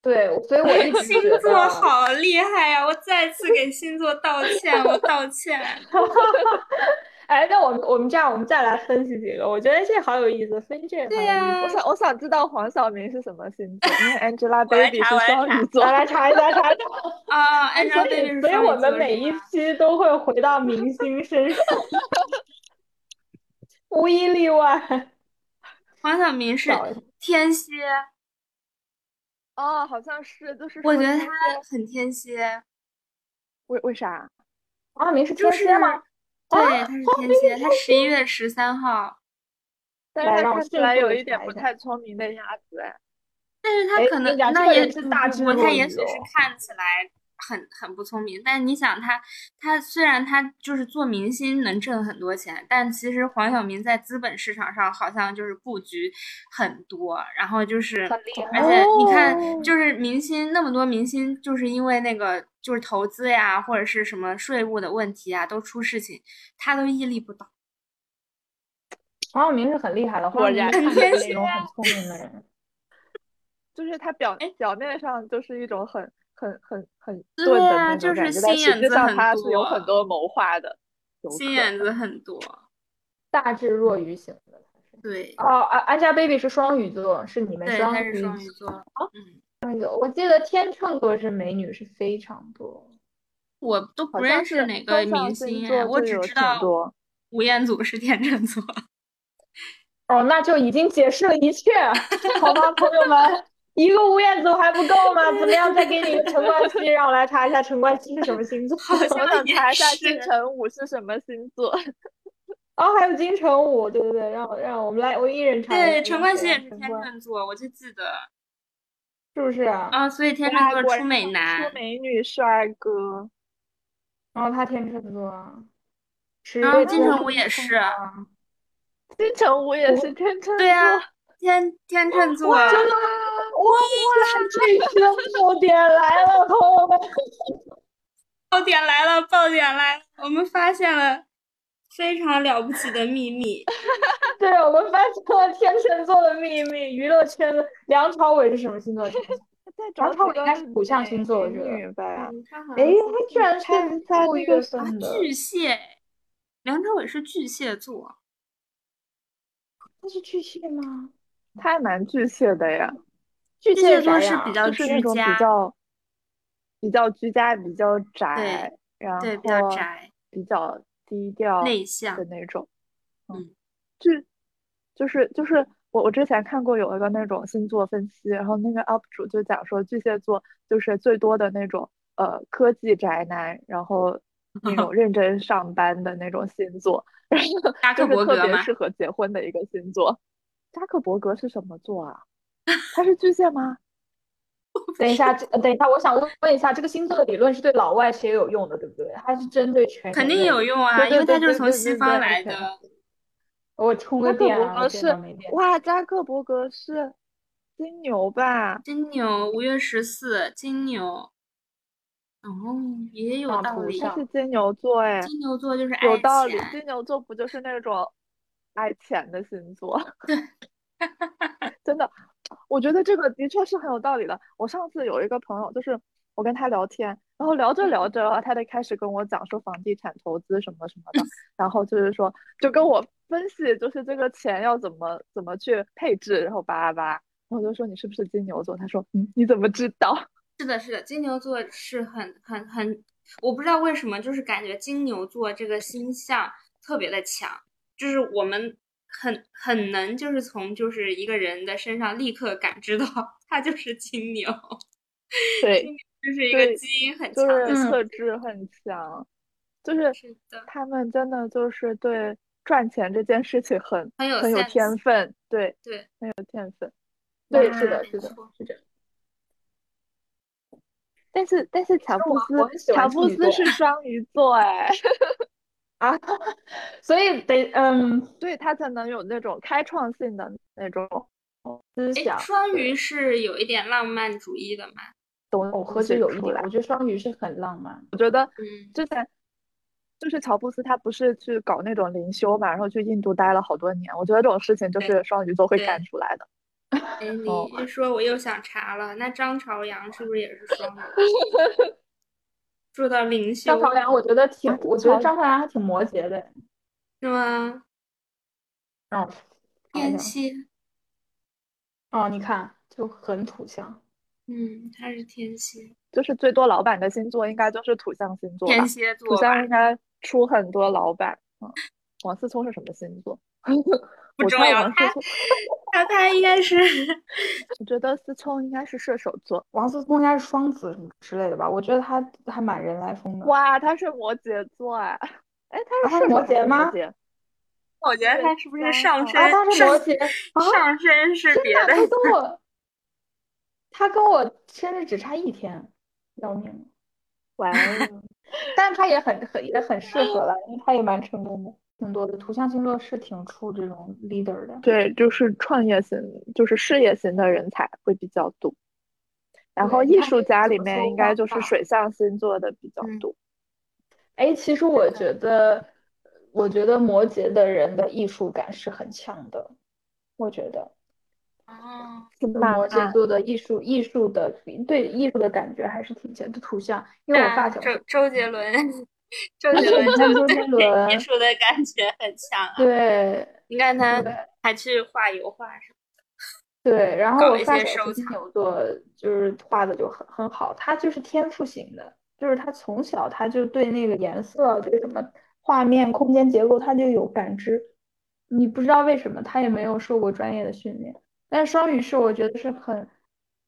A: 对，所以我一直
C: 星
A: 觉
C: 座
A: 得，
C: 好厉害啊呀！我再次给星座道歉，我 道歉。
A: 哎，那我们我们这样，我们再来分析几个，我觉得这好有意思，分析这个
C: 对
A: 好有意
B: 我
A: 思。
C: 呀、
B: 想，我想知道黄晓明是什么星座， 因为
C: 我来
B: Angelababy
C: 查，我
B: 是
C: 来
B: 双鱼
C: 查。
B: 座。
A: 来来查一下，查一下。
C: 哦
A: 哎，所
C: ，Angelababy
A: 以
C: 是
A: 所以
C: 双
A: 我
C: 鱼
A: 们
C: 座是
A: 每
C: 吗？
A: 一期都会回到明星身 上，无一例外。
C: 黄晓明是
A: 找一下，
C: 天蝎，
B: 哦，好像是，就是
C: 我
B: 说
C: 觉得他
B: 天蝎，
C: 很天蝎，
B: 为为啥？
A: 黄晓明是
C: 就
A: 天蝎吗？
C: 是
A: 啊，
C: 对，他是
A: 黄晓
C: 天
A: 明
C: 蝎，
A: 是
C: 他十一月十三号，
B: 但是
A: 来，
B: 他
A: 让我
B: 看起
A: 迅
B: 来
A: 速
B: 有
A: 的
B: 一点
A: 查一
B: 不
A: 下。
B: 太聪明的样子，哎，
C: 但是他
A: 哎，
C: 可
A: 跟
C: 能
A: 你讲，这
C: 那
A: 个
C: 也
A: 人是
C: 不
A: 大
C: 不
A: 智
C: 不，他
A: 若
C: 也
A: 愚
C: 许是
A: 哦。
C: 看起来很很不聪明，但是你想他，他虽然他就是做明星能挣很多钱，但其实黄晓明在资本市场上好像就是布局很多，然后就是，
A: 很厉
C: 而且
A: 害，
C: 你看，
B: 哦，
C: 就是明星那么多明星，就是因为那个就是投资呀，或者是什么税务的问题啊，都出事情，他都屹立不倒，
A: 黄晓明是很厉害的，黄
B: 果
A: 晓明
B: 然
C: 很
A: 看起来
C: 天
A: 是
C: 蝎
A: 那种很
C: 啊。
A: 聪明的人。
B: 就是他表
C: 哎，
B: 表面上就是一种很很很很
C: 对
B: 钝的
C: 啊，
B: 那种
C: 就是
B: 感觉，但
C: 心
B: 实
C: 眼
B: 质
C: 子
B: 上
C: 很
B: 他是有很
C: 多，
B: 多谋划的，有
C: 心
B: 可
C: 眼
B: 能。
C: 子很多，
A: 大智若愚型 的。
C: 对。
A: 哦，安 Angelababy 是双鱼座，是你们
C: 对，她
A: 双
C: 是
A: 鱼
C: 双鱼
A: 座。
C: 座。嗯，
A: 那个，我记得天秤座是美女是非常多。
C: 我都不
B: 好
C: 认
B: 像
C: 识
B: 是
C: 哪个
B: 风
C: 明
B: 象星
C: 星哎，
B: 座
C: 我
B: 就
C: 只
B: 有
C: 知
B: 挺
C: 道
B: 多，
C: 吴彦祖是天秤座。
A: 哦，那就已经解释了一切，好吗，朋友们？一个吴彦祖还不够吗？怎么样，再给你一个陈冠希？让我来查一下陈冠希是什么星座。
C: 好像
B: 我想
C: 也
B: 查一下
C: 是。
B: 金城武是什么星座。
A: 哦，还有金城武，对对对，让我让我们来，我一人查一下
C: 对，
A: 金
C: 陈冠希
A: 城
C: 也是
A: 陈
C: 天
A: 冠
C: 秤座，我就记得
A: 是不是啊？
C: 啊，所以天秤
B: 哇，
C: 座
B: 果
C: 出美
B: 然
C: 男
B: 出，美女帅哥，
A: 然后他天秤座啊，十
C: 然后
A: 月
C: 金
A: 座
C: 城武
A: 天
C: 也
A: 秤
C: 是，
A: 啊，
B: 金城武也是天秤
C: 对啊
B: 座，，
C: 天天秤座，
A: 真的吗？哇，这些爆点来了，朋友们！
C: 爆点来了，爆点来了，我们发现了非常了不起的秘密。
A: 对，我们发现了天秤座的秘密。娱乐圈的梁朝伟是什么星座？
B: 再
A: 梁
B: 找
A: 朝
B: 几
A: 伟应
B: 个
A: 该是土象星座，我
B: 美
A: 觉得。
B: 女呗。
C: 嗯，他好
A: 哎，
C: 像是
A: 他居然是
B: 看一下
A: 六
B: 这
A: 月
B: 个
C: 啊，
A: 份的，
C: 巨蟹，梁朝伟是巨蟹座，
A: 他是巨蟹吗？
B: 他还蛮巨蟹的呀，
A: 巨
C: 巨
A: 蟹
C: 蟹
A: 是啥
C: 座是
A: 样
C: 比
A: 啊？
C: 较
B: 就是那
C: 居
B: 种比
C: 家，
B: 较比较居家、比较宅，然
C: 对，比较
B: 后
C: 宅，
B: 比较低调
C: 内
B: 的
C: 向，
B: 那种。
C: 嗯，
B: 就就是就是我我之前看过有一个那种星座分析，然后那个 UP 主就讲说巨蟹座就是最多的那种呃科技宅男，然后那种认真上班的那种星座， 然后
C: 扎
B: 就
C: 克
B: 是
C: 伯
B: 特
C: 格
B: 别
C: 嘛，
B: 适合结婚的一个星座。扎克伯格是什么座啊？他是巨 蟹吗？
A: 等一下，这呃等一下，我想问问一下，这个星座的理论是对老外是也有用的，对不对？它是针对全
C: 肯
A: 人
C: 定
A: 类
C: 有
A: 的。
C: 用啊，
B: 对
C: 因
B: 对
C: 为他
B: 对
C: 就是
B: 对
C: 从
B: 对
C: 西
B: 对
C: 方
B: 对
C: 来
B: ，OK。
C: 的，
A: 我充个
B: 扎克
A: 电
B: 伯
A: 啊，我
B: 格
A: 电脑
B: 是，
A: 没电。
B: 哇，扎克伯格是金牛吧？
C: 金牛，五月十四，金牛，嗯，也有
A: 啊，
C: 道
A: 图
B: 他
C: 理，
B: 是
A: 像
B: 金牛座哎，
C: 金牛座就是
B: 有
C: 爱
B: 道理。
C: 钱，
B: 金牛座不就是那种爱钱的星座？
C: 对，
B: 真的，我觉得这个的确是很有道理的。我上次有一个朋友，就是我跟他聊天，然后聊
C: 嗯
B: 着聊着，然啊后他就开始跟我讲说房地产投资什么什么的，然后就是说就跟我分析，就是这个钱要怎么怎么去配置，然后巴拉巴拉。然后我就说你是不是金牛座？他说嗯，你怎么知道？
C: 是的，是的，金牛座是很很很，我不知道为什么，就是感觉金牛座这个星象特别的强，就是我们很很能就是从就是一个人的身上立刻感知到他就是金牛，
B: 对
C: 就是一个
B: 对，
C: 基因很
B: 就
C: 强的
B: 是
C: 星
A: 嗯，
B: 特质很强，就是
C: 是的，
B: 他们真的就是对赚钱这件事情很
C: 很有
B: 很有
C: sense，
B: 天分，对，
C: 对，
B: 很有天分，对，是
A: 哇，
B: 的，
C: 没
B: 是的。
C: 错。
A: 是这样。
B: 但是但是
A: 其
B: 乔
A: 实
B: 布
A: 我我
B: 斯，
A: 很喜欢
B: 乔
A: 处
B: 布
A: 女
B: 斯
A: 座
B: 是双鱼座哎，
A: 啊，所以得嗯
B: 所以他才能有那种开创性的那种
A: 思
C: 哎，
A: 想，
C: 双
A: 对，
C: 鱼是有一点浪漫主义的嘛？
A: 耦
B: 东
A: 合就
B: 西
A: 哦有一啊
B: 出
A: 点，我
B: 来。
A: 觉得双鱼是很浪漫。
B: 我觉得
C: 嗯，
B: 之前就是乔布斯，他不是去搞那种灵修嘛，然后去印度待了好多年。我觉得这种事情就
C: 对
B: 是双鱼座会干
C: 对。
B: 出来的。
C: 哎，你
B: 哦，
C: 一说我又想查了，那张朝阳是不是也是双鱼？说到灵
A: 张朝
C: 修，
A: 阳，我觉得挺，
B: 啊，
A: 我觉得
B: 乔，
A: 张朝阳还挺摩羯的。
C: 是吗？
A: 让我查一下。
C: 天蝎，
A: 哦，你看，就很土象。
C: 嗯，他是天蝎，
B: 就是最多老板的星座应该就是土象星座
C: 天
B: 吧？
C: 蝎
B: 土
C: 座
B: 象应
C: 吧，
B: 该出很多老板。嗯，王思聪是什么星座？
C: 不
B: 我
C: 重
B: 猜
C: 要，
B: 王思
C: 他
B: 聪，
C: 他他应该是
B: 我觉得思聪应该是射手座。
A: 王思聪应该是双子什么之类的吧？我觉得他还蛮人来疯的。
B: 哇，他是摩羯座哎，哎，
A: 啊，
B: 他
A: 他
B: 是
A: 是
B: 射
A: 摩
B: 手还
A: 羯
B: 是摩
A: 吗？
B: 羯？
C: 我觉得
B: 对，
C: 他是不是
B: 张
C: 上
B: 朝，
A: 啊，
C: 身
A: 他是
C: 上
A: 摩羯啊！
C: 上身哦是
A: 天
C: 别
A: 呐，
C: 的？
A: 他 跟我，他跟我生日只差一天，要命了！
B: 哇哦，
A: 但是他也很很也很适合了，因为他也蛮成功的，挺多的。土象星座是挺出这种 leader 的，
B: 对，就是创业型，就是事业型的人才会比较多。然后
A: 对，你
B: 艺
A: 看
B: 术
A: 这个
B: 家里
A: 左
B: 面
A: 手
B: 应该
A: 往
B: 就是
A: 上。
B: 水象星座的比较
C: 嗯，
B: 多。
A: 哎，其实
C: 是
A: 我
C: 的，
A: 觉得，我觉得摩羯的人的艺术感是很强的，我觉得。
C: 哦，
B: 是
A: 就
B: 吗？
A: 摩羯座的艺术艺术的对艺术的感觉还是挺强的图像，因为我发
C: 那
A: 小
C: 周
A: 是，
C: 周杰伦， 周杰
A: 你
C: 伦就
A: 看周杰
C: 对艺
A: 伦，
C: 术的感觉很强 啊，
A: 对
C: 你看他
A: 对
C: 还去画油画什么，
A: 对，然后
C: 搞
A: 我
C: 一
A: 发
C: 些
A: 小是
C: 收
A: 金
C: 藏，
A: 牛座，就是画的就很很好，他就是天赋型的，就是他从小他就对那个颜色、对什么画面、空间结构他就有感知，你不知道为什么，他也没有受过专业的训练，但双鱼是我觉得是很，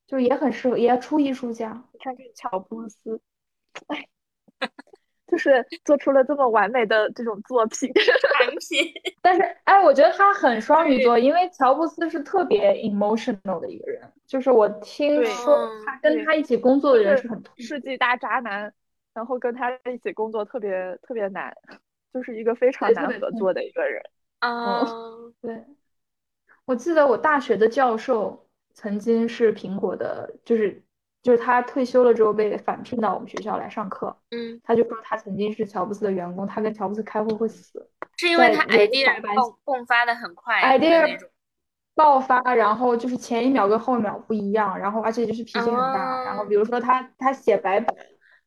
A: 就也很适合，也出艺术家。
B: 你看看乔布斯， 哎，就是做出了这么完美的这种作品。
C: 品。
A: 但是，哎，我觉得他很双鱼座，因为乔布斯是特别 emotional 的一个人，就是我听
B: 对
A: 说
C: 嗯
A: 他跟他一起工作的人
B: 就是
A: 是很痛苦
B: 世纪大渣男，然后跟他一起工作特别特别难，就是一个非常
A: 对特
B: 难
A: 别
B: 合
A: 痛
B: 作的一个人。
C: 啊、
A: 对，我记得我大学的教授曾经是苹果的，就是就是他退休了之后被返聘到我们学校来上课，
C: 嗯，
A: 他就说他曾经是乔布斯的员工，他跟乔布斯开会会死
C: 是因为他
A: 对
C: idea
A: 我白
C: 迸迸发的很快的哎那
A: ，idea
C: 种。
A: 爆发，然后就是前一秒跟后一秒不一样，然后而且就是脾气很
C: 哦
A: 大，然后比如说他他写白板。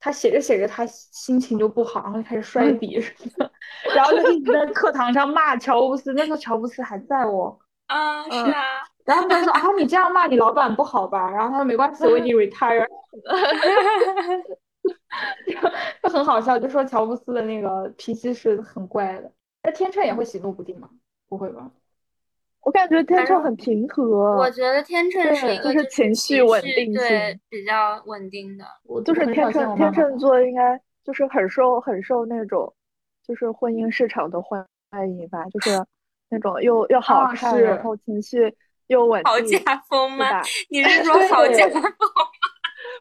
A: 他写着写着，他心情就不好，然后就开始
C: 嗯
A: 摔笔什么的， 然后就一直在课堂上骂乔布斯。那时候乔布斯还在哦，
C: 啊，是啊，
A: 然后他们说啊，你这样骂你老板不好吧？然后他说没关系，我已经 retire，就很好笑，就说乔布斯的那个脾气是很怪的。那天秤也会喜怒不定吗？不会吧？
B: 我感觉天
C: 反正
B: 秤很平和，
C: 我觉得天秤是一
A: 对
C: 个
B: 就是情绪
C: 绪
B: 稳定
C: 对
B: 性
C: 比较稳定的。
A: 我
B: 就是
A: 很
B: 天
A: 少见
B: 秤
A: 我
B: 天
A: 妈妈
B: 秤座应该就是很受很受那种就是婚姻市场的欢迎吧，就是那种又又好
A: 啊
B: 看，
A: 是
B: 然后情绪又稳
C: 哦好
B: 定，
C: 家风
B: 对
C: 吗？
B: 嗯吧？
C: 你是说好家风？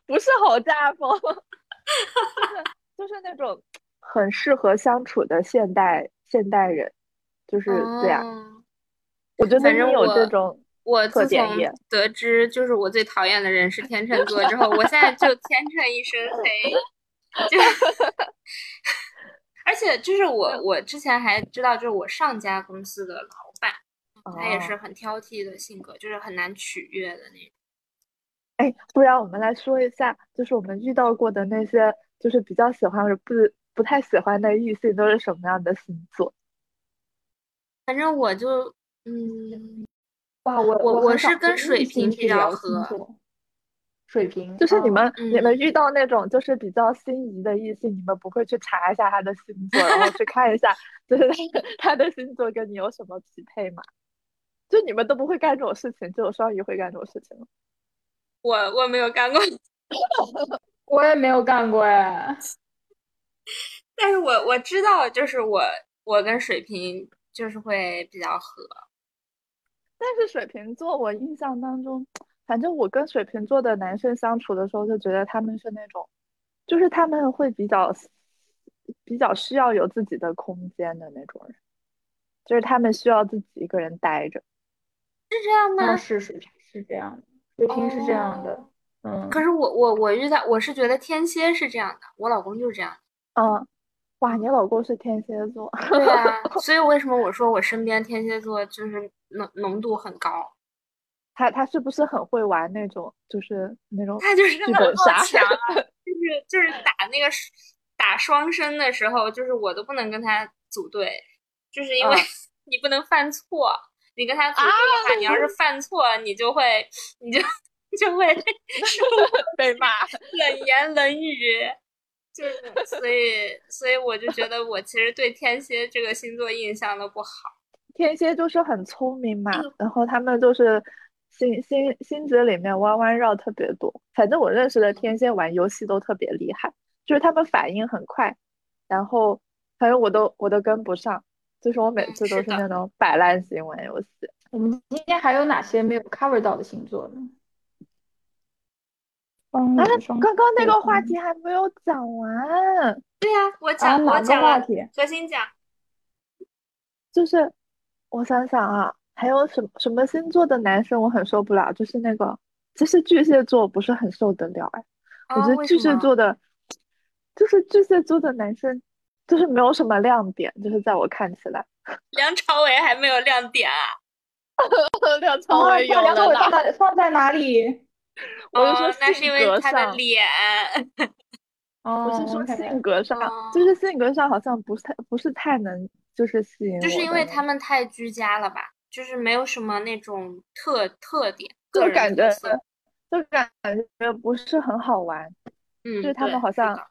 B: 不是好家风， 就是就是那种很适合相处的现代现代人，就是啊这样。
C: 嗯
B: 我觉得
C: 反
B: 你
C: 正
B: 有
C: 我
B: 这种
C: 我
B: 特
C: 自
B: 点
C: 从
B: 也
C: 得知就是我最讨厌的人是天秤座之后，我现在就天秤一身黑，就，而且就是我我之前还知道，就是我上家公司的老板，他也
B: 哦
C: 是很挑剔的性格，就是很难取悦的那种。
B: 哎，不然我们来说一下，就是我们遇到过的那些，就是比较喜欢或者不不太喜欢的异性都是什么样的星座？
C: 反正我就嗯，
A: 哇，我
C: 我
A: 我
C: 我
A: 很少
C: 是跟水
A: 异
C: 瓶
A: 性
C: 比
A: 去
C: 较
A: 聊
C: 合
A: 星座，水瓶
B: 就是你
A: 啊
B: 们、你们
C: 嗯
B: 遇到那种就是比较心仪的异性，你们不会去查一下他的星座，然后去看一下，就是 他的他的星座跟你有什么匹配吗？就你们都不会干这种事情，只有双鱼会干这种事情。
C: 我我没有干过，
A: 我也没有干过哎。
C: 但是我我知道，就是我我跟水瓶就是会比较合。
B: 但是水瓶座，我印象当中，反正我跟水瓶座的男生相处的时候，就觉得他们是那种，就是他们会比较比较需要有自己的空间的那种人，就是他们需要自己一个人待着。嗯
A: 那是水瓶是这样的，水瓶是这样的，
B: 哦
A: 嗯，
C: 可是我我我遇到我是觉得天蝎是这样的，我老公就是这样的。
B: 嗯，哇，你老公是天蝎座，
C: 对啊，所以为什么我说我身边天蝎座就是浓浓度很高，
B: 他他是不是很会玩那种，就是那种
C: 他就是
B: 剧
C: 很
B: 本
C: 好
B: 杀？
C: 强啊，就是就是打那个双打双生的时候，就是我都不能跟他组队，就是因为
B: 嗯啊
C: 你不能犯错，你跟他组队的话，你要是犯错，你就会你就 就会受
B: 被骂。
C: 冷言冷语，就是所以，所以我就觉得我其实对天蝎这个星座印象都不好。
B: 天蝎就是很聪明嘛，
C: 嗯
B: 然后他们就是心心心子里面弯弯绕特别多。反正我认识的天蝎玩游戏都特别厉害，就是他们反应很快，然后反正我都我都跟不上，就是我每
C: 嗯
B: 次都
C: 是
B: 是
C: 的
B: 那种摆烂型玩游戏。
A: 我们今天还有哪些没有 cover 到的星座呢？双
C: 嗯
B: 啊
A: 鱼、双，
B: 刚刚那
A: 子
B: 个话
A: 嗯
B: 题还没有讲完，
C: 我
A: 啊，
C: 讲，
A: 哪
C: 我
A: 个
C: 讲
A: 话
C: 了
A: 题？
C: 核心讲，
B: 就是我想想啊，还有什么什么星座的男生我很受不了，就是那个，其实巨蟹座我不是很受得了哎。我
C: 啊
B: 觉得
C: 为
B: 巨
C: 什
B: 蟹
C: 么
B: 座的，就是巨蟹座的男生，就是没有什么亮点，就是在我看起 来，
C: 梁朝伟还没有亮点啊？
B: 梁
A: 啊，
B: 朝伟有
A: 放两个
B: 了
A: 尾放
B: 啦，
A: 在放在哪里？
B: 我是说
C: 哦，那是因
B: 性
C: 为
B: 格
C: 他的
B: 上，
C: 脸。
B: 我
A: 哦
B: 是说
A: ，OK，
B: 性格上，就是性格上好像不是太不是太能就是吸引
C: 就是
B: 我
C: 因
B: 的
C: 为
B: 那
C: 他们太居家了吧，就是没有什么那种特特点，
B: 就
C: 个人
B: 感
C: 特
B: 觉
C: 色。
B: 就感觉不是很好玩，
C: 嗯，
B: 就是他们
C: 对
B: 好
C: 是的
B: 像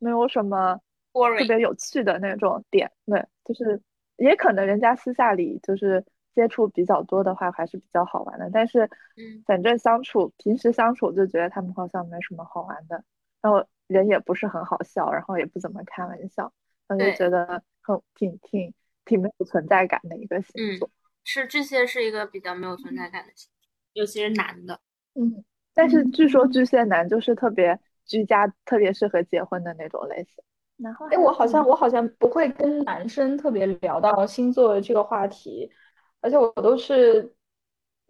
B: 没有什么特
C: boring。
B: 别有趣的那种点，对，就是也可能人家私下里就是接触比较多的话，还是比较好玩的。但是
C: 嗯，
B: 反正相处平时相处就觉得他们好像没什么好玩的，然后人也不是很好笑，然后也不怎么开玩笑，那就
C: 对
B: 觉得很挺挺挺没有存在感的一个
C: 嗯
B: 星座。
C: 是巨蟹是一个比较没有存在感的星座，尤其是男的。
B: 嗯，但是据说巨蟹男就是特别居家，特别适合结婚的那种类型。然后，
A: 哎，我好
B: 嗯
A: 像我好像不会跟男生特别聊到星座这个话题，而且我都是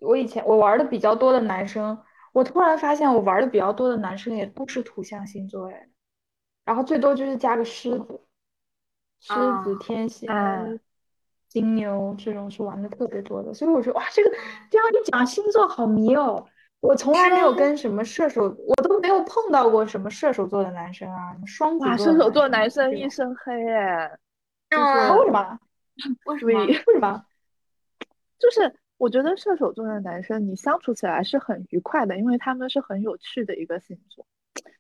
A: 我以前我玩的比较多的男生，我突然发现我玩的比较多的男生也都是土象星座哎，然后最多就是加个狮子，狮
C: 啊
A: 子、天蝎、
B: 嗯
A: 金牛这种是玩的特别多的，所以我说哇，这个这样一讲星座好迷哦，我从来没有跟什么射手，我都没有碰到过什么射手座的男生啊，什么双子
B: 哇，
A: 座的
B: 射手座男
A: 生啊
B: 生
A: 这种
B: 一身黑哎，
C: 是
A: 啊，
C: 吗？
B: 哦
A: 为什么？
C: 为什
B: 所
C: 么？
B: 以
A: 为什么？
B: 就是我觉得射手座的男生，你相处起来是很愉快的，因为他们是很有趣的一个星座。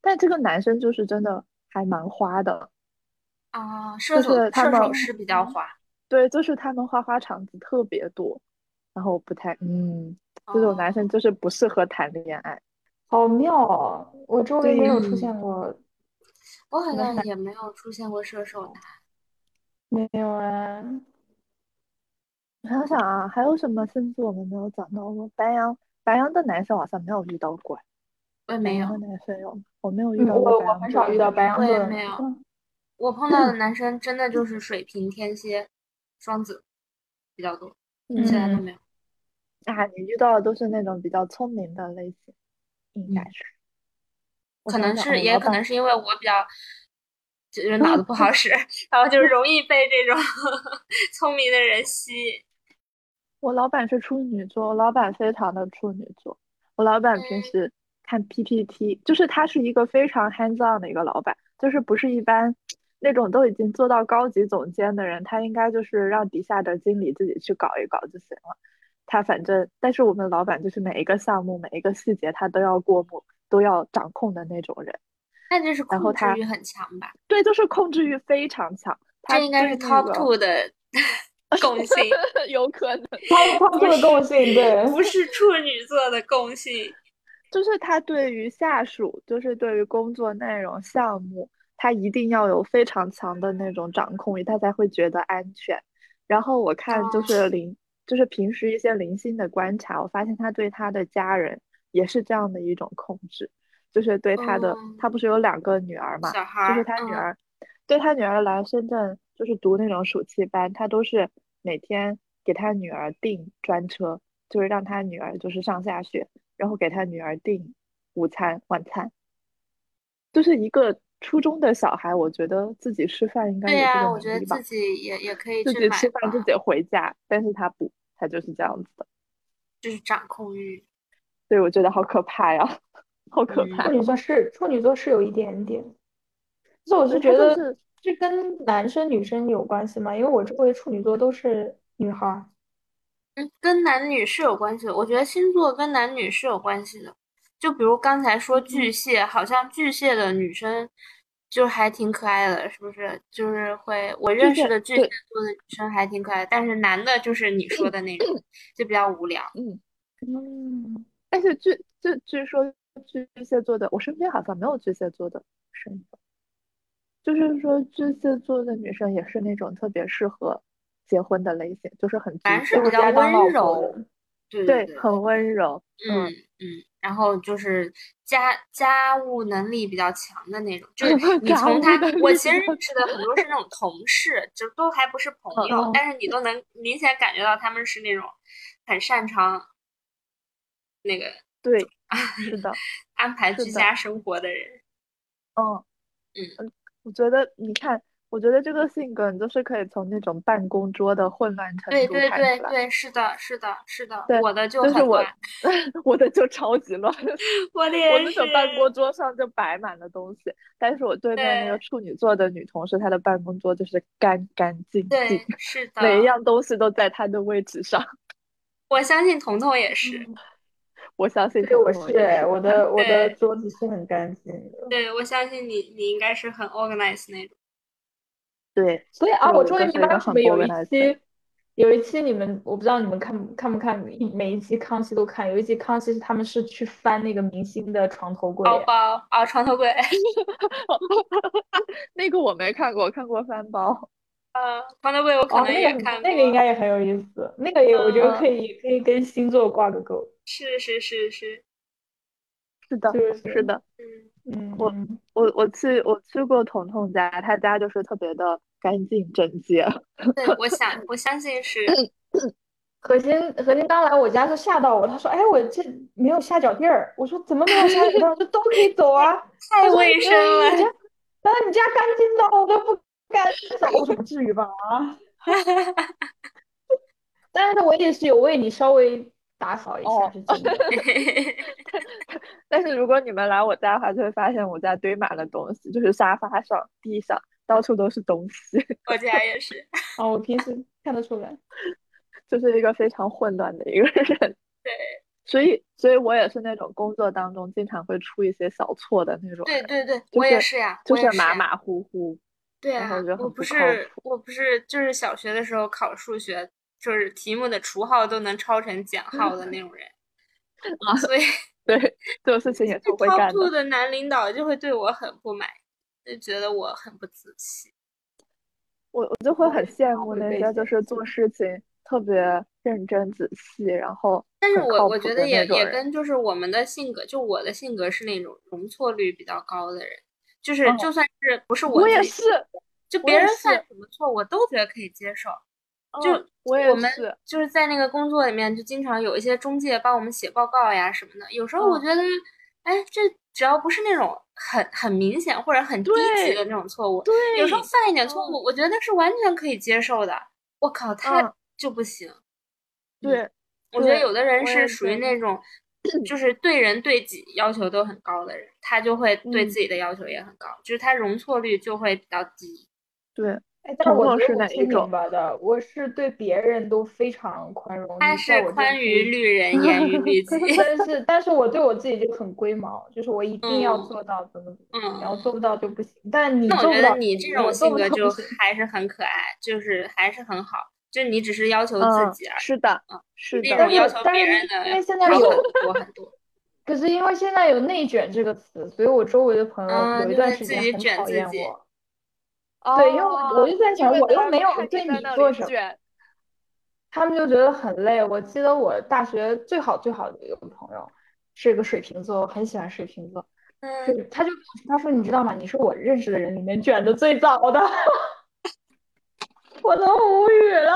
B: 但这个男生就是真的还蛮花的，
C: 啊，射手
B: 就是他
C: 射手
B: 们
C: 是比较滑，
B: 对，就是他们花花肠子特别多，然后不太，嗯，这种
C: 哦
B: 男生就是不适合谈恋爱。
A: 好妙哦！我周围没有出
C: 对
A: 现过，
C: 我好像也没有出现过射手男。
A: 没有啊。
B: 我想想啊，还有什么星座我们没有讲到过？白羊，白羊的男生好像没有遇到过，
C: 我也
B: 白
C: 没有
B: 羊，的男生有，我没有遇
A: 嗯，
B: 到
A: 我
B: 过白
A: 我
B: 羊
A: 很
B: 座
A: 少
B: 的
A: 遇到
B: 男
A: 白
C: 我
A: 羊座
C: 也
A: 的
C: 没
A: 男
C: 有
A: 生。
B: 嗯
C: 我碰到的男生真的就是水瓶、天蝎、双子比较多，其他都
A: 嗯
C: 没有。
B: 啊，你遇到的都是那种比较聪明的类型，应该
C: 嗯
B: 是。我
C: 可
B: 想
C: 能
B: 想
C: 是，
B: 哦
C: 也
B: 老
C: 可
B: 板
C: 能是因为我比较就是脑子不好使， 然后就容易被这种 聪明的人吸引。
B: 我老板是处女座，我老板非常的处女座。我老板平
C: 嗯
B: 时看 PPT，就是他是一个非常 hands on 的一个老板，就是不是一般那种都已经做到高级总监的人，他应该就是让底下的经理自己去搞一搞就行了。他反正，但是我们老板就是每一个项目、每一个细节他都要过目，都要掌控的那种人。
C: 那就是
B: 然后
C: 控制
B: 他
C: 欲很强吧？
B: 对，就是控制欲非常强。他
C: 这应该
B: 对
C: 是
B: 那
C: top
B: 个
C: two 的 共性，
B: 有可能。
A: 他他这个共性，对，
C: 不是处女座的共性。
B: 就是他对于下属，就是对于工作内容、项目，他一定要有非常强的那种掌控欲，他才会觉得安全。然后我看
C: 哦
B: 就是零，就是平时一些零星的观察，我发现他对他的家人也是这样的一种控制，就是对他的，
C: 嗯
B: 他不是有两个女儿嘛，
C: 小孩
B: 就是
C: 儿，
B: 他女
C: 嗯
B: 儿，对他女儿来深圳就是读那种暑期班，他都是每天给他女儿订专车，就是让他女儿就是上下学，然后给他女儿订午餐、晚餐，就是一个初中的小孩，我觉得自己吃饭应该
C: 对
B: 有这
C: 呀、
B: 个
C: 我觉
B: 能
C: 得
B: 力吧，
C: 自己也也可以
B: 自
C: 去
B: 己
C: 买
B: 吃
C: 吧
B: 饭自己回家，但是他不，他就是这样子的，
C: 就是掌控欲。
B: 所以我觉得好可怕呀， 好可
C: 嗯
B: 怕
A: 处。女座是处女座是有一点点，所以我是
B: 对他
A: 觉
B: 就
A: 得
B: 是
A: 这跟男生女生有关系嘛，因为我周围处女座都是女孩儿。
C: 嗯，跟男女是有关系的。我觉得星座跟男女是有关系的。就比如刚才
B: 嗯
C: 说巨蟹，好像巨蟹的女生就还挺可爱的，是不是？就是会我认识
B: 蟹
C: 的巨蟹
B: 对
C: 座的女生还挺可爱的，但是男的就是你说的那种，就比较无聊。
B: 嗯。
A: 嗯，
B: 但是据据据说巨蟹座的，我身边好像没有巨蟹座的生的，就是说巨蟹座的女生也是那种特别适合结婚的类型，就是很
C: 男
B: 居
C: 是
B: 家
A: 回
C: 比较
A: 家当
C: 温
A: 老婆
C: 柔
A: 的，
C: 对对
B: 对，
C: 对，
B: 很温柔，
C: 嗯嗯，然后就是家家务能力比较强的那种，就是 你
B: 家
C: 从
B: 务
C: 他，
B: 能
C: 我
B: 力
C: 其
B: 比
C: 实
B: 较
C: 认识的很多是那种同事，就都还 不是朋友，
A: 嗯
C: 但是你都能明显感觉到他们是那种很擅长那个
B: 对，是的，
C: 安排
B: 是
C: 居
B: 的
C: 家生活的人。
B: 嗯
C: 嗯
B: 嗯，我觉得你看，我觉得这个性格你就是可以从那种办公桌的混乱程
C: 对
B: 度
C: 对
B: 看
C: 对
B: 出来，
C: 对，是的，是的，是的，
B: 对
C: 我的就
B: 就是
C: 很
B: 我
C: 乱，
B: 我的就超级乱。
C: 我的
B: 我
C: 也
B: 那
C: 是
B: 个办公桌上就摆满了东西，但是我对面那个
C: 对
B: 处女座的女同事，她的办公桌就是干干净净
C: 对，，是的，
B: 每一样东西都在她的位置上。
C: 我相信彤彤也是。
A: 嗯
B: 我相信
A: 对，我
B: 彤彤
A: 是
B: 也
A: 哎，
B: 是
A: 我的我的
C: 对
A: 桌子是很干净
B: 嗯
A: 的，
C: 对，我相信你，你应该是很 organized 那种。
B: 对，
A: 所以啊，
B: 对
A: 我
B: 我
A: 终
B: 就
A: 于
B: 是
A: 明
B: 一
A: 白
B: 个
A: 为什
B: 很
A: 么有一
B: organized 的人
A: 期有一期你们我不知道你们看看不看，一每一期康熙都看，有一期康熙是他们是去翻那个明星的床头柜，
C: 包包啊，床头柜
B: 那个我没看过，我看过翻包。
C: 呃，王德贵我可
A: 哦，
C: 能
A: 那个
C: 也
A: 很
C: 看过。
A: 那个应该也很有意思，那个也我觉得
C: 嗯
A: 可以可以跟星座挂个钩，
C: 是是是是，
B: 是的，
A: 就是
B: 的。
C: 嗯，
A: 嗯
B: 我
A: 嗯
B: 我我去我去过彤彤家，她家就是特别的干净整洁。
C: 对，我想我相信是，
A: 何心何心刚来我家就吓到我，他说：“哎，我这没有下脚印儿。”我说：“怎么没有下脚印儿？”我说：“都可以走啊。”
C: 太
A: 他说哎
C: 卫生了
A: 你。家，他说你家干净的我都不敢走，我说不至于吧 啊！但是我也是有为你稍微打扫一下，
B: 哦
A: 是真的。
B: 但是如果你们来我家的话，就会发现我家堆满了东西，就是沙发上、地上到处都是东西，
C: 我家也 是，
A: 哦，我平时看得出来，
B: 就是一个非常混乱的一个人。
C: 对
B: 所以，所以我也是那种工作当中经常会出一些小错的那种
C: 对
B: 人，
C: 对对，
B: 就
C: 我也
B: 是
C: 是呀，
B: 就
C: 我也
B: 是
C: 是
B: 马
C: 呀。
B: 马虎虎。
C: 对
B: 然后
C: 啊
B: 我觉得，很
C: 我
B: 不
C: 不
B: 靠
C: 是
B: 谱。
C: 我不是就是小学的时候考数学，就是题目的除号都能抄成减号的那种人，
B: 啊，
C: 所以
B: 对，这种事情也是我会
C: 超
B: 干
C: 酷
B: 的。
C: 的男领导就会对我很不满，就觉得我很不仔细。
B: 我我就会
A: 我
B: 很
A: 也经
B: 羡
A: 常
B: 慕
A: 会
B: 那
A: 被
B: 些
A: 嫌
B: 就是
A: 弃
B: 做事情特别认真仔细，然后
C: 但是
B: 很
C: 我
B: 靠
C: 我
B: 谱
C: 觉得
B: 的那
C: 也
B: 种
C: 也
B: 人。
C: 跟就是我们的性格，就我的性格是那种容错率比较高的人，就是
B: 嗯
C: 就算是不是我
B: 我也
C: 自己
B: 是，
C: 就
B: 我
C: 别
B: 也
C: 人
B: 是
C: 犯什么错，我都觉得可以接受。就
B: 嗯，我
C: 我
B: 也
C: 们
B: 是，
C: 就是在那个工作里面，就经常有一些中介帮我们写报告呀什么的。有时候我
B: 嗯
C: 觉得，哎，这只要不是那种很很明显或者很低级的那
B: 对
C: 种错误，
B: 对，
C: 有时候犯一点错
B: 嗯
C: 误，我觉得是完全可以接受的。我靠，他
B: 嗯，
C: 就不行。嗯，
B: 对
C: 我觉得
B: 对，
C: 有的人
B: 我
C: 是
B: 也
C: 属于
B: 觉得，
C: 那种，就是对人对己要求都很高的人，他就会对
B: 嗯，
C: 自己的要求也很高，就是他容错率就会比较低。
B: 对，
A: 哎，但
B: 彤
A: 我觉
B: 彤
A: 得
B: 是
A: 我
B: 哪一
A: 挺
B: 种？
A: 拧巴的，我是对别人都非常宽容，
C: 他
A: 哦你在
C: 是
A: 我这
C: 宽于
A: 里，
C: 律人，严于律 己。
A: 但是但是我对我自己就很龟毛，就是我一定要
C: 嗯
A: 做到怎么怎么样，然后
C: 嗯，
A: 做不到就不行，但你
C: 那我
A: 做
C: 觉
A: 不
C: 得
A: 到
C: 你
A: 可以，
C: 这种
A: 我做
C: 性
A: 不
C: 格
A: 到不
C: 就
A: 行。
C: 还是很可爱，就是还是很好，就你只是要求自
B: 嗯，
C: 己而
B: 是的，
C: 已。嗯，你
B: 是
C: 那
A: 但
B: 的，
C: 种要
A: 是
C: 求
A: 但
C: 别
A: 是
C: 人
A: 因为
C: 的
A: 现在
C: 要求
A: 有，
C: 很多很 多。
A: 可是因为现在有“内卷”这个词，所以我周围的朋友
C: 嗯，
A: 有一
C: 就
A: 段
C: 会
A: 时
C: 自
A: 间
C: 己
A: 很
C: 卷
A: 讨
C: 自
A: 厌
C: 己。
A: 我。对，因为我我
B: 哦，
A: 就在
B: 因
A: 想，
B: 为
A: 我又
B: 他
A: 没
B: 们
A: 有
B: 看你
A: 对
B: 在
A: 你
B: 那
A: 做
B: 里
A: 什么，
B: 卷，
A: 他们就觉得很累。我记得我大学最好最好的一个朋友是个水瓶座，我很喜欢水瓶座，就
C: 嗯，
A: 是他就跟我说，他说你知道吗？你是我认识的人里面卷的最早的。 我都无语了。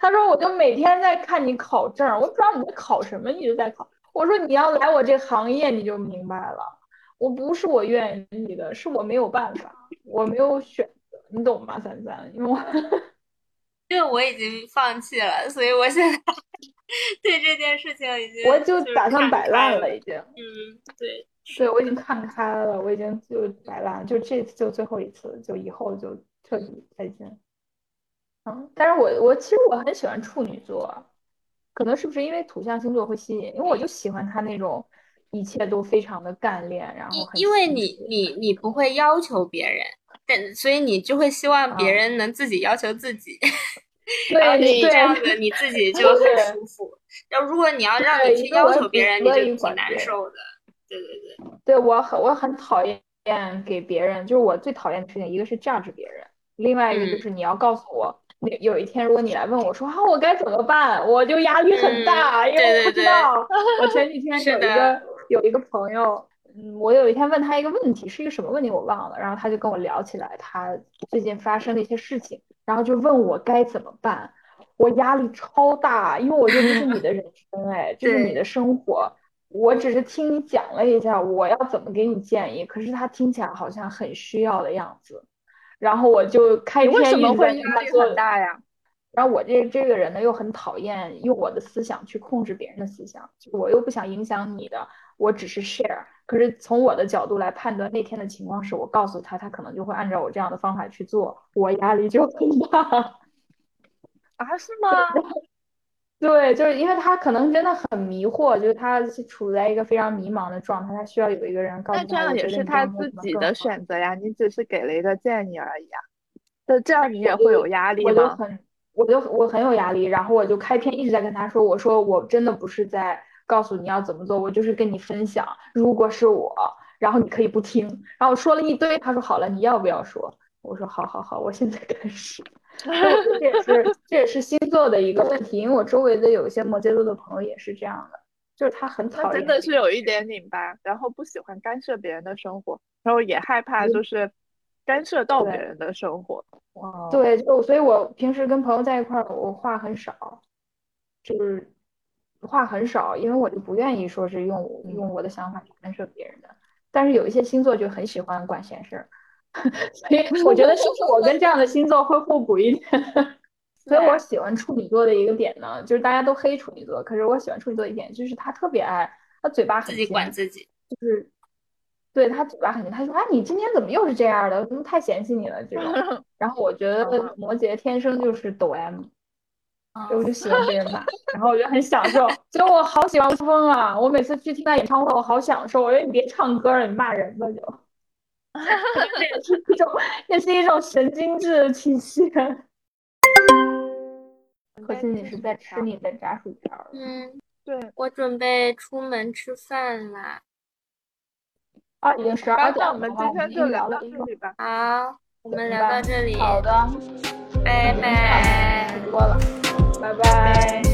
A: 他说，我就每天在看你考证儿，我不知道你在考什么，你就在考。我说你要来我这行业，你就明白了。我不是我愿意的，是我没有办法，我没有选择，你懂吗？三三，因为我
C: 因为我已经放弃了，所以我现在 对这件事情已经
A: 我就
C: 就是
A: 打算
C: 看
A: 摆
C: 开
A: 烂
C: 了。
A: 了，已经。
C: 嗯，对，
A: 对，
C: 是
A: 我已经看开了，我已经就摆烂了，就这次就最后一次，就以后就彻底再见。嗯，但是我我其实我很喜欢处女座啊，可能是不是因为土象星座会吸引？因为我就喜欢他那种一切都非常的干练，然后
C: 因
A: 很
C: 因为
A: 细
C: 你
A: 致
C: 你你不会要求别人，但所以你就会希望别
A: 啊。
C: 人能自己要求自己，然后
A: 对
C: 你这样
A: 对
C: 子你 自己就很
A: 对
C: 舒服。要如果你要让你
A: 对，
C: 去
A: 因为
C: 要
A: 我
C: 求别
A: 很不
C: 人，你
A: 乐
C: 就
A: 意
C: 挺
A: 管
C: 难
A: 别人，
C: 受的。对对对，
A: 对我很我很讨厌给别人，就是我最讨厌的事情，一个是 judge 别人，另外一个就
C: 嗯
A: 是你要告诉我，那有一天如果你来问我说啊我该怎么办，我就压力很
C: 嗯，
A: 大，因为我
C: 对
A: 不
C: 对
A: 知
C: 对，
A: 道。我前几天
C: 是
A: 有一
C: 的，
A: 个有一个朋友，嗯，我有一天问他一个问题，是一个什么问题我忘了，然后他就跟我聊起来他最近发生的一些事情，然后就问我该怎么办，我压力超大，因为我觉得这是你的人生，哎，这是你
C: 对
A: 的生活。我只是听你讲了一下我要怎么给你建议，可是他听起来好像很需要的样子，然后我就开
B: 你为
A: 篇
B: 什
A: 一
B: 么
A: 直在
B: 会
A: 跟
B: 压
A: 他
B: 力
A: 做，
B: 很大呀？
A: 然后我这这个人呢又很讨厌用我的思想去控制别人的思想，就我又不想影响你的，我只是 share，可是从我的角度来判断那天的情况是我告诉他，他可能就会按照我这样的方法去做，我压力就很大。
B: 啊，是吗？
A: 对，就是因为他可能真的很迷惑，就是他是处在一个非常迷茫的状态，他需要有一个人告
B: 那
A: 诉
B: 这
A: 他，
B: 样
A: 我
B: 也
A: 觉得
B: 是
A: 你这
B: 他
A: 样没有
B: 自
A: 什么
B: 己
A: 更
B: 的
A: 好。
B: 选择呀，你只是给了一个建议而已呀。那这样
A: 我
B: 你也
A: 就
B: 会有压力
A: 我就
B: 吗？
A: 很我就我很有压力，然后我就开篇一直在跟他说，我说我真的不是在告诉你要怎么做，我就是跟你分享，如果是我，然后你可以不 听，然后我说了一堆，他说好了，你要不要说？我说好好好，我现在开始。这也是这也是星座的一个问题，因为我周围的有一些摩羯座的朋友也是这样的，就是他很
B: 他
A: 讨厌，
B: 真的是有一点拧巴，然后不喜欢干涉别人的生活，然后也害怕就是干涉到
A: 嗯
B: 别
A: 对
B: 人的生活。哦哇，，
A: 对，就所以我平时跟朋友在一块儿，我话很少，就是话很少，因为我就不愿意说是用
B: 嗯
A: 用我的想法去干涉别人的。但是有一些星座就很喜欢管闲事儿， 所
C: 嗯
A: 以我觉得是不是我跟这样的星座会互补一点？ 所以我喜欢处女座的一个点呢，就是大家都黑处女座，可是我喜欢处女座一点就是他特别爱，他嘴巴
C: 自
A: 很
C: 己管
A: 尖，
C: 自己。
A: 就是对他嘴巴很尖，他说啊你今天怎么又是这样的，我怎么太嫌弃你了这种。 然后我觉得
B: 嗯
A: 摩羯天生就是抖 M，
B: 哦
C: 嗯
A: 我就喜欢被人 骂，然后我就很享受。其实我好喜欢汪峰啊，我每次去听他演唱会，我好享受。我说你别唱歌了，你骂人吧就。这也是一种， 也是一种神经质的体现。可惜你是在吃你的炸薯条了。
C: 嗯，
B: 对，
C: 我准备出门吃饭啦。
A: 啊，已经十
B: 好
A: 二
B: 吧
A: 点了，
B: 那我们今天就
A: 聊
B: 聊
A: 了
B: 到
A: 一
B: 这
A: 个，
B: 里吧。
C: 好，我们聊到这里，
A: 好的，已
C: 拜
A: 经差
C: 拜
A: 不。多了，拜拜。